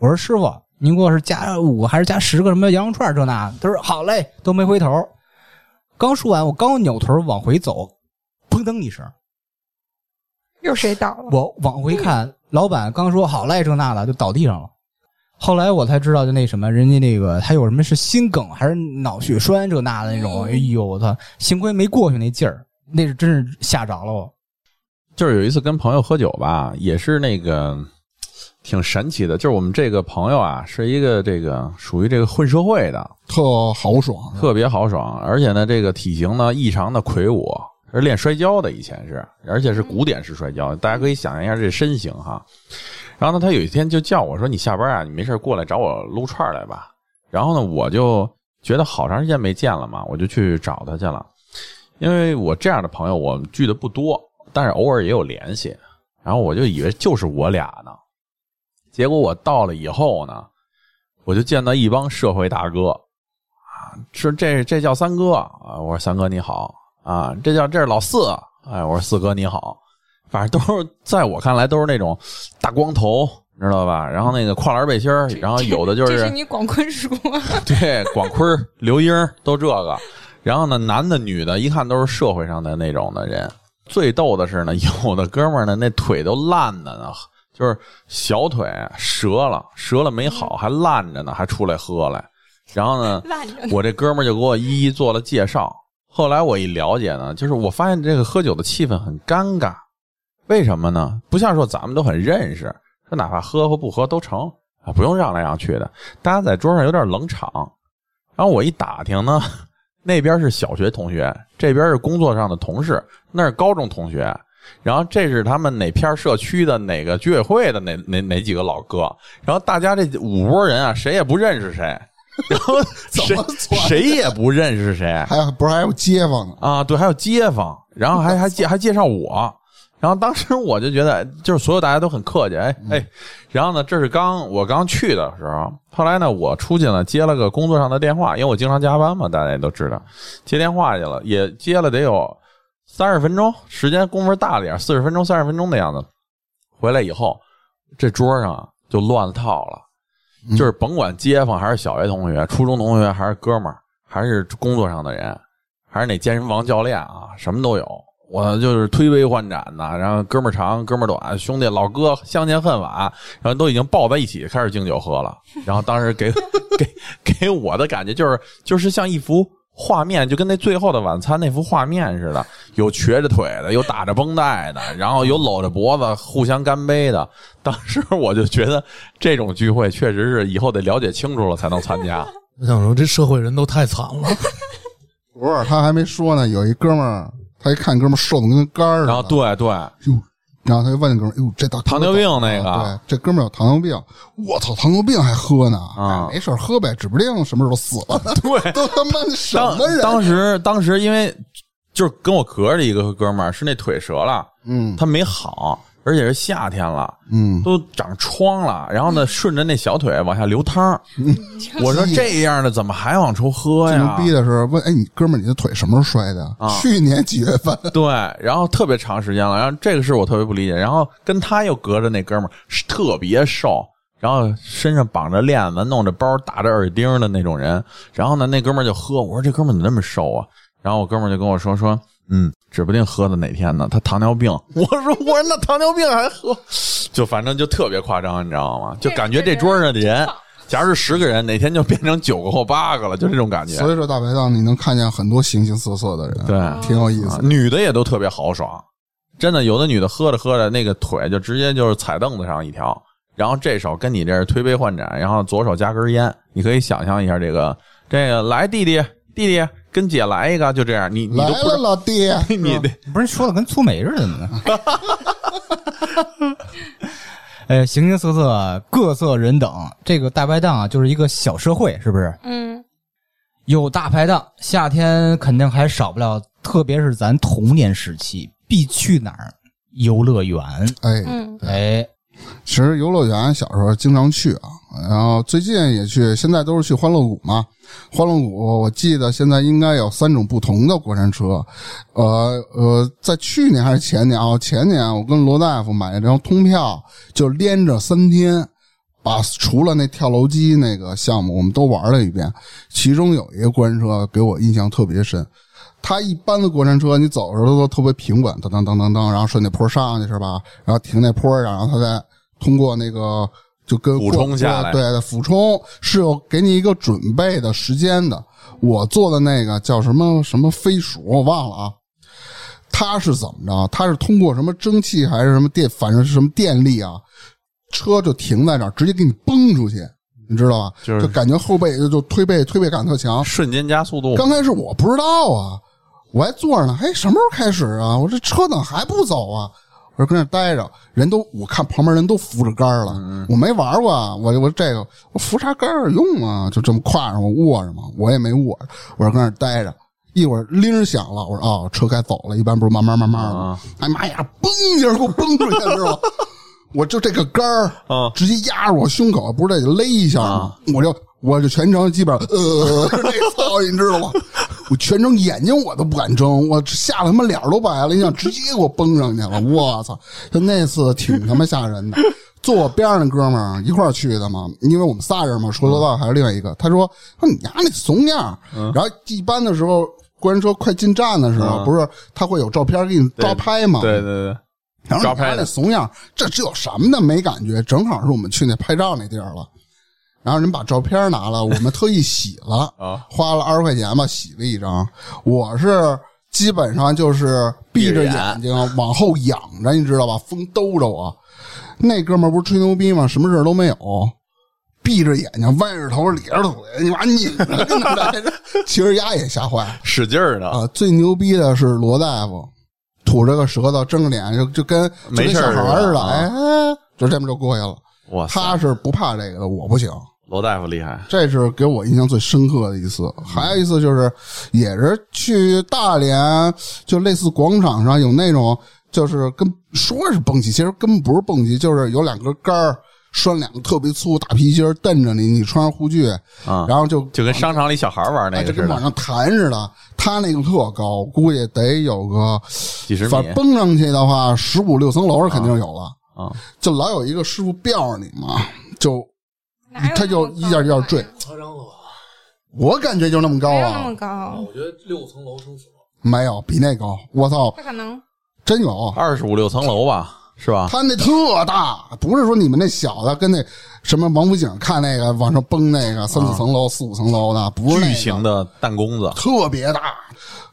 B: 我说师傅，您给我是加五个还是加十个什么羊肉串儿这那？他说好嘞，都没回头。刚说完，我刚扭头往回走，砰噔一声，
E: 又谁倒了？
B: 我往回看，老板刚说好嘞这那的，就倒地上了。后来我才知道，就那什么，人家那个他有什么是心梗还是脑血栓这那的那种，哎
E: 嗯
B: 呦我操！幸亏没过去那劲儿，那是真是吓着了我。
F: 就是有一次跟朋友喝酒吧，也是那个挺神奇的，就是我们这个朋友啊，是一个这个属于这个混社会的，
D: 特豪爽，
F: 特别豪爽，而且呢，这个体型呢异常的魁梧，是练摔跤的，以前是，而且是古典式摔跤，大家可以想象一下这身形哈。然后呢，他有一天就叫我说：“你下班啊，你没事过来找我撸串儿来吧。”然后呢，我就觉得好长时间没见了嘛，我就去找他去了。因为我这样的朋友我聚的不多，但是偶尔也有联系。然后我就以为就是我俩呢，结果我到了以后呢，我就见到一帮社会大哥，啊说这这叫三哥啊，我说三哥你好啊，这叫这是老四，哎，我说四哥你好，反正都是在我看来都是那种大光头，你知道吧？然后那个跨栏背心儿，然后有的就
E: 这是你广坤 叔，
F: 对，广坤儿、 刘英儿都这个。然后呢，男的、女的，一看都是社会上的那种的人。最逗的是呢， 有的哥们儿呢，那腿都烂的呢，就是小腿折了，折了没好，还烂着呢，还出来喝来。然后呢，
E: 烂着呢
F: 我这哥们儿就给我一一做了介绍。后来我一了解呢，就是我发现这个喝酒的气氛很尴尬，为什么呢？不像说咱们都很认识，说哪怕喝和不喝都成啊，不用让来让去的。大家在桌上有点冷场。然后我一打听呢， 那边是小学同学，这边是工作上的同事，那是高中同学。然后这是他们哪片社区的哪个居委会的哪哪哪几个老哥，然后大家这五拨人啊，谁也不认识谁，然后谁
D: 么窜
F: 谁也不认识谁，
D: 还有不是还有街坊呢？
F: 啊，对，还有街坊，然后还还介还介绍我，然后当时我就觉得，就是所有大家都很客气，哎哎，然后呢，这是刚我刚去的时候，后来呢，我出去呢接了个工作上的电话，因为我经常加班嘛，大家也都知道，接电话去了，也接了得有三十分钟，时间功夫大了点，四十分钟、三十分钟的样子。回来以后，这桌上就乱套了。就是甭管街坊还是小学同学、初中同学，还是哥们儿，还是工作上的人，还是那健身房教练啊，什么都有。我就是推杯换盏呐、然后哥们儿长，哥们儿短，兄弟老哥相见恨晚，然后都已经抱在一起开始敬酒喝了。然后当时给给给我的感觉就是就是像一幅画面，就跟那最后的晚餐那幅画面似的，有瘸着腿的，有打着绷带的，然后有搂着脖子互相干杯的。当时我就觉得这种聚会确实是以后得了解清楚了才能参加。
A: 我想说，这社会人都太惨了。
D: 不是，他还没说呢。有一哥们儿，他一看哥们儿瘦的跟杆儿似的，
F: 然后对对，
D: 哟，然后他就问哥们儿，哟，这大哥
F: 糖尿病那个
D: 啊对，这哥们儿有糖尿病，我操，糖尿病还喝呢？
F: 啊
D: 哎没事儿喝呗，指不定什么时候死了呢。
F: 对
D: 都他妈的什
F: 当
D: 么人？啊
F: 当时当时因为就是跟我隔着一个哥们儿，是那腿折了，
D: 嗯
F: 他没好，而且是夏天了。
D: 嗯，
F: 都长疮了，然后呢，顺着那小腿往下流汤儿。我说这样的怎么还往出喝
D: 最牛
F: 呀？
D: 嗯逼的是问，哎，你哥们儿，你的腿什么时候摔的？
F: 啊
D: 去年几月 份？
F: 对，然后特别长时间了，然后这个是我特别不理解。然后跟他又隔着那哥们儿是特别瘦，然后身上绑着链子，弄着包，打着耳钉的那种人。然后呢，那哥们儿就喝，我说这哥们儿怎么那么瘦啊？然后我哥们儿就跟我说说，嗯，指不定喝的哪天呢，他糖尿病。 我说我说那糖尿病还喝，就反正就特别夸张，你知道吗？就感觉这桌上的人，假如是十个人，哪天就变成九个或八个了，就这种感觉。
D: 所以说，大排档你能看见很多形形色色的人，
F: 对，
D: 挺有意
F: 啊
D: 思。
F: 女的也都特别豪爽，真的，有的女的喝着喝着，那个腿就直接就是踩凳子上一条，然后这手跟你这儿推杯换盏，然后左手夹根烟，你可以想象一下这个这个，来弟弟弟弟跟姐来一个，就这样，你你
D: 来
F: 都不
D: 了，
F: 知
D: 老 弟，
F: 你得
B: 不是说的跟粗眉似的吗？ 呃，形形色色，各色人等，这个大排档啊，就是一个小社会，是不是？
E: 嗯，
B: 有大排档，夏天肯定还少不了，特别是咱童年时期必去哪儿？游乐园。
D: 哎，
E: 嗯，
B: 哎，
D: 其实游乐园小时候经常去啊，然后最近也去，现在都是去欢乐谷嘛。欢乐谷我记得现在应该有三种不同的过山车，呃呃，在去年还是前年啊？前年我跟罗大夫买了张通票，就连着三天，把除了那跳楼机那个项目我们都玩了一遍。其中有一个过山车给我印象特别深，它一般的过山车，你走的时候都特别平稳，噔噔噔噔噔，然后顺那坡上去是吧？然后停那坡上，然后它再通过那个就跟
F: 俯冲下来
D: 对对，俯冲是有给你一个准备的时间的。我坐的那个叫什么什么飞鼠，我忘了啊。它是怎么着？它是通过什么蒸汽还是什么电，反正是什么电力啊，车就停在那儿，直接给你崩出去，你知道吧？
F: 就是
D: 就感觉后背就就推背推背感特强，
F: 瞬间加速度，
D: 啊刚开始我不知道啊，我还坐着呢，哎，什么时候开始啊？我这车怎么还不走啊？我就跟那儿待着，人都我看旁边人都扶着杆儿了，我没玩过啊，我我这个我扶啥杆儿有用啊？就这么挎上我握着嘛，我也没握着，我就跟那儿待着。一会儿铃儿响了，我说哦，车该走了，一般不是慢慢慢慢的吗？哎妈呀，嘣一下给我崩出去了，知道吗？我就这个杆儿
F: 啊
D: 直接压着我胸口，不是得勒一下吗？我就我就全程基本上呃， 就这操，你知道吗？我全程眼睛我都不敢睁，我吓得他妈脸儿都白了，你想直接给我崩上去了，我操！就那次挺他妈吓人的。 坐我边上那哥们儿一块儿去的嘛，因为我们仨人嘛，除了老还是另外一个。他说：“说你丫那怂样儿。然后一般的时候，过山车快进站的时候，
F: 嗯
D: 不是他会有照片给你抓拍嘛？
F: 对对对，
D: 然后
F: 抓
D: 你
F: 拍
D: 看
F: 的，
D: 那怂样，这这有什么的没感觉？正好是我们去那拍照那地儿了，然后人把照片拿了，我们特意洗了
F: 啊
D: 花了二十块钱吧，洗了一张。我是基本上就是闭着
F: 闭着眼
D: 眼睛往后仰着，你知道吧？风兜着我，那哥们儿不是吹牛逼吗？什么事儿都没有。闭着眼睛，歪着头，咧着嘴，你 妈拧着跟那儿来着。其实丫也吓坏了，
F: 使劲儿的，
D: 啊，最牛逼的是罗大夫，吐着个舌头，睁着脸，就就跟就
F: 没
D: 跟
F: 事
D: 小
F: 儿
D: 孩儿
F: 似
D: 似
F: 的
D: 的，
F: 啊
D: 哎，就这么就过去了。
F: 哇塞，
D: 他是不怕这个的，我不行，
F: 罗大夫厉害，啊
D: 这是给我印象最深刻的一次。还有一次就是，也是去大连，就类似广场上有那种，就是跟说是蹦极，其实根本不是蹦极，就是有两根杆儿，拴两个特别粗大皮筋儿，蹬着你，你穿上护具，
F: 啊
D: 然后就
F: 就跟商场里小孩玩那
D: 哎，
F: 个
D: 就
F: 似
D: 跟往
F: 的，
D: 上弹似的。他那个特高，估计得有个，
F: 几十
D: 反
F: 米
D: 正蹦上去的话，十五六层楼是肯定有了。
F: 啊，
D: 就老有一个师傅吊着你嘛，就
E: 哪有
D: 嗯他就
E: 那么
D: 一
E: 高
D: 下一下坠
E: 呀。
D: 我感觉就那么高
E: 没有那
D: 啊
E: 么，高，
A: 我觉得六层楼生死。
D: 没有比那高。我操，
E: 他可能
D: 真有！
F: 二十五六层楼吧，是吧？
D: 他那特大，不是说你们那小的跟那什么王府井看那个往上崩那个三四层楼、四五层楼的，不是那
F: 巨
D: 个
F: 型的弹弓子，
D: 特别大，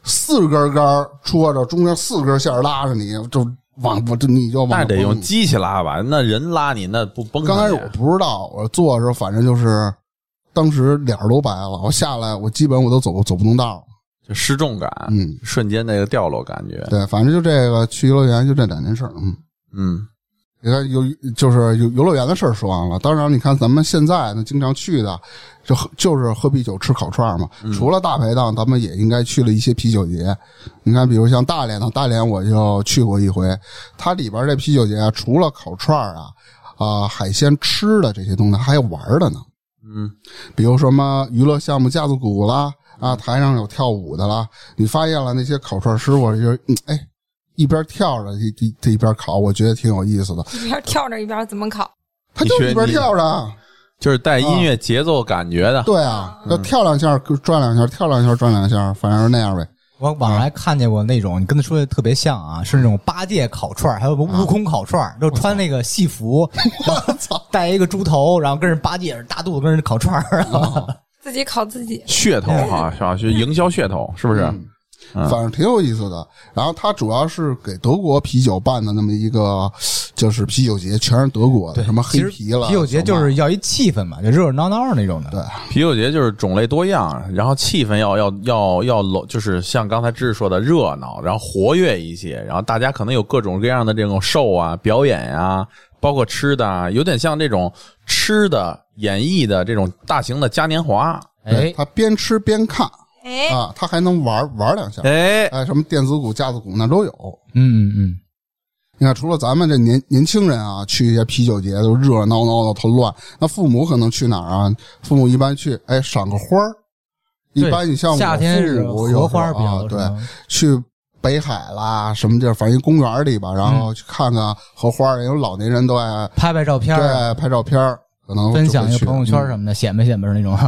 D: 四根杆儿戳着，中间四根线儿拉着你，就往我就你就往
F: 那
D: 上
F: 得
D: 蹦
F: 用机器拉吧？那人拉你那不崩上去？
D: 刚开始我不知道，我坐的时候反正就是，当时脸儿都白了。我下来，我基本我都走走不动道了。
F: 就失重感，
D: 嗯
F: 瞬间那个掉落感觉，
D: 对，反正就这个去游乐园就这两件事儿。嗯，
F: 嗯，
D: 你看游就是游游乐园的事儿说完了。当然，你看咱们现在呢，经常去的就喝就是喝啤酒吃烤串嘛。除了大排档，咱们也应该去了一些啤酒节。你看，比如像大连呢，大连我就去过一回，它里边这啤酒节啊除了烤串儿啊啊、海鲜吃的这些东西，还有玩儿的呢。
F: 嗯，
D: 比如什么娱乐项目架子鼓啦，
B: 嗯
D: 啊，台上有跳舞的啦，你发现了那些烤串师傅就是，嗯哎，一边跳着一一这一边烤，我觉得挺有意思的。
E: 一边跳着一边怎么考？
D: 他就
F: 你学
D: 一边
F: 你
D: 跳着，啊
F: 就是带音乐节奏感觉的，
D: 对啊，
B: 嗯
D: 就跳两下转两下，跳两下转两下，反正是那样呗。
B: 我网上还看见过那种，你跟他说的特别像啊，是那种八戒烤串儿，还有个悟空烤串儿，就穿那个戏服， 我操，戴一个猪头，然后跟人八戒大肚子跟人烤串儿，
E: 自己考自己，
F: 噱头哈，是吧？去营销噱头，是不是？嗯
D: 反正挺有意思的。然后他主要是给德国啤酒办的那么一个，就是啤酒节，全是德国的，什么黑
B: 其实
D: 啤了，
B: 啤酒节就是要一气氛嘛，就热热闹闹那种的。
D: 对
F: 啤酒节就是种类多样，然后气氛要要要要冷，就是像刚才知识说的热闹，然后活跃一些，然后大家可能有各种各样的这种 show 啊、表演啊，包括吃的，啊，有点像这种吃的演绎的这种大型的嘉年华。
D: 对
B: 哎，
D: 他边吃边看
E: 哎，
D: 啊，他还能玩玩两下，
F: 哎，
D: 哎，什么电子鼓、架子鼓那都有。
B: 嗯嗯嗯，
D: 你看，除了咱们这年年轻人啊，去一些啤酒节都热热闹闹的，特乱。那父母可能去哪儿啊？父母一般去，哎，赏个花儿。一般你像我
B: 夏天是
D: 父母有时
B: 荷
D: 候
B: 花比较
D: 啊
B: 多，
D: 对，去北海啦，什么地儿，反正一公园里吧，然后去看看荷花，因为老年人都爱
B: 嗯拍拍照片儿啊，
D: 对拍照片儿，可能
B: 分享一个朋友圈
D: 么
B: 什么的，显摆显摆那种。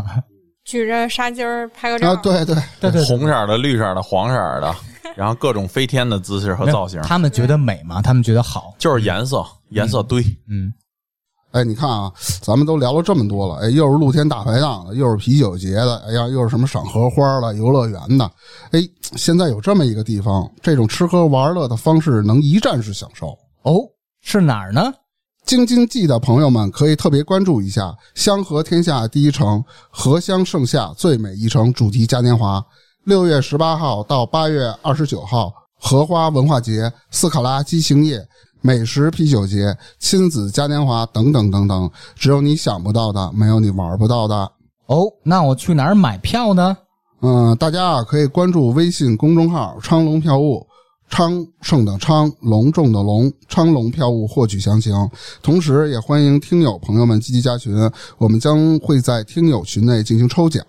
E: 举着纱巾儿拍个照，
D: 啊，对对，
B: 对对，对
F: 红色的、绿色的、黄色的，然后各种飞天的姿势和造型
B: 没有，他们觉得美嘛，他们觉得好。
F: 就是颜色，颜色堆。
B: 嗯，
D: 哎，你看啊，咱们都聊了这么多了，哎，又是露天大排档的，又是啤酒节的，哎呀，又是什么赏荷花了、游乐园的，哎，现在有这么一个地方，这种吃喝玩乐的方式能一站式享受。
B: 哦，是哪儿呢？
D: 京津冀的朋友们可以特别关注一下“香河天下第一城，荷香盛夏最美一城”主题嘉年华，六月十八号到八月二十九号，荷花文化节、斯卡拉激情夜、美食啤酒节、亲子嘉年华等等等等，只有你想不到的，没有你玩不到的。
B: 哦，那我去哪儿买票呢？
D: 嗯，大家啊可以关注微信公众号“昌龙票务”，昌盛的昌，隆重的隆，昌龙票务获取详情。同时，也欢迎听友朋友们积极加群，我们将会在听友群内进行抽奖，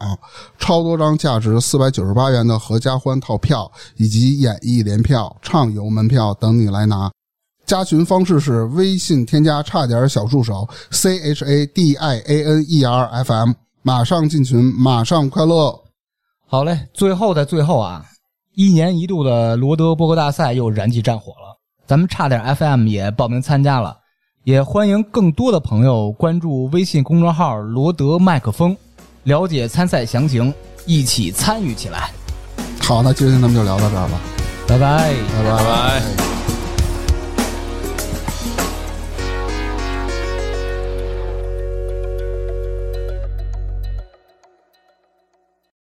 D: 超多张价值四百九十八元的合家欢套票以及演艺联票、畅游门票等你来拿。加群方式是微信添加差点小助手 C H A D I A N E R F M，马上进群，马上快乐。
B: 好嘞，最后的最后啊，一年一度的罗德伯格大赛又燃起战火了，咱们差点 FM 也报名参加了，也欢迎更多的朋友关注微信公众号“罗德麦克风”，了解参赛详情，一起参与起来。
D: 好，那今天咱们就聊到这儿吧，
B: 拜拜。
D: 拜拜
F: 拜拜。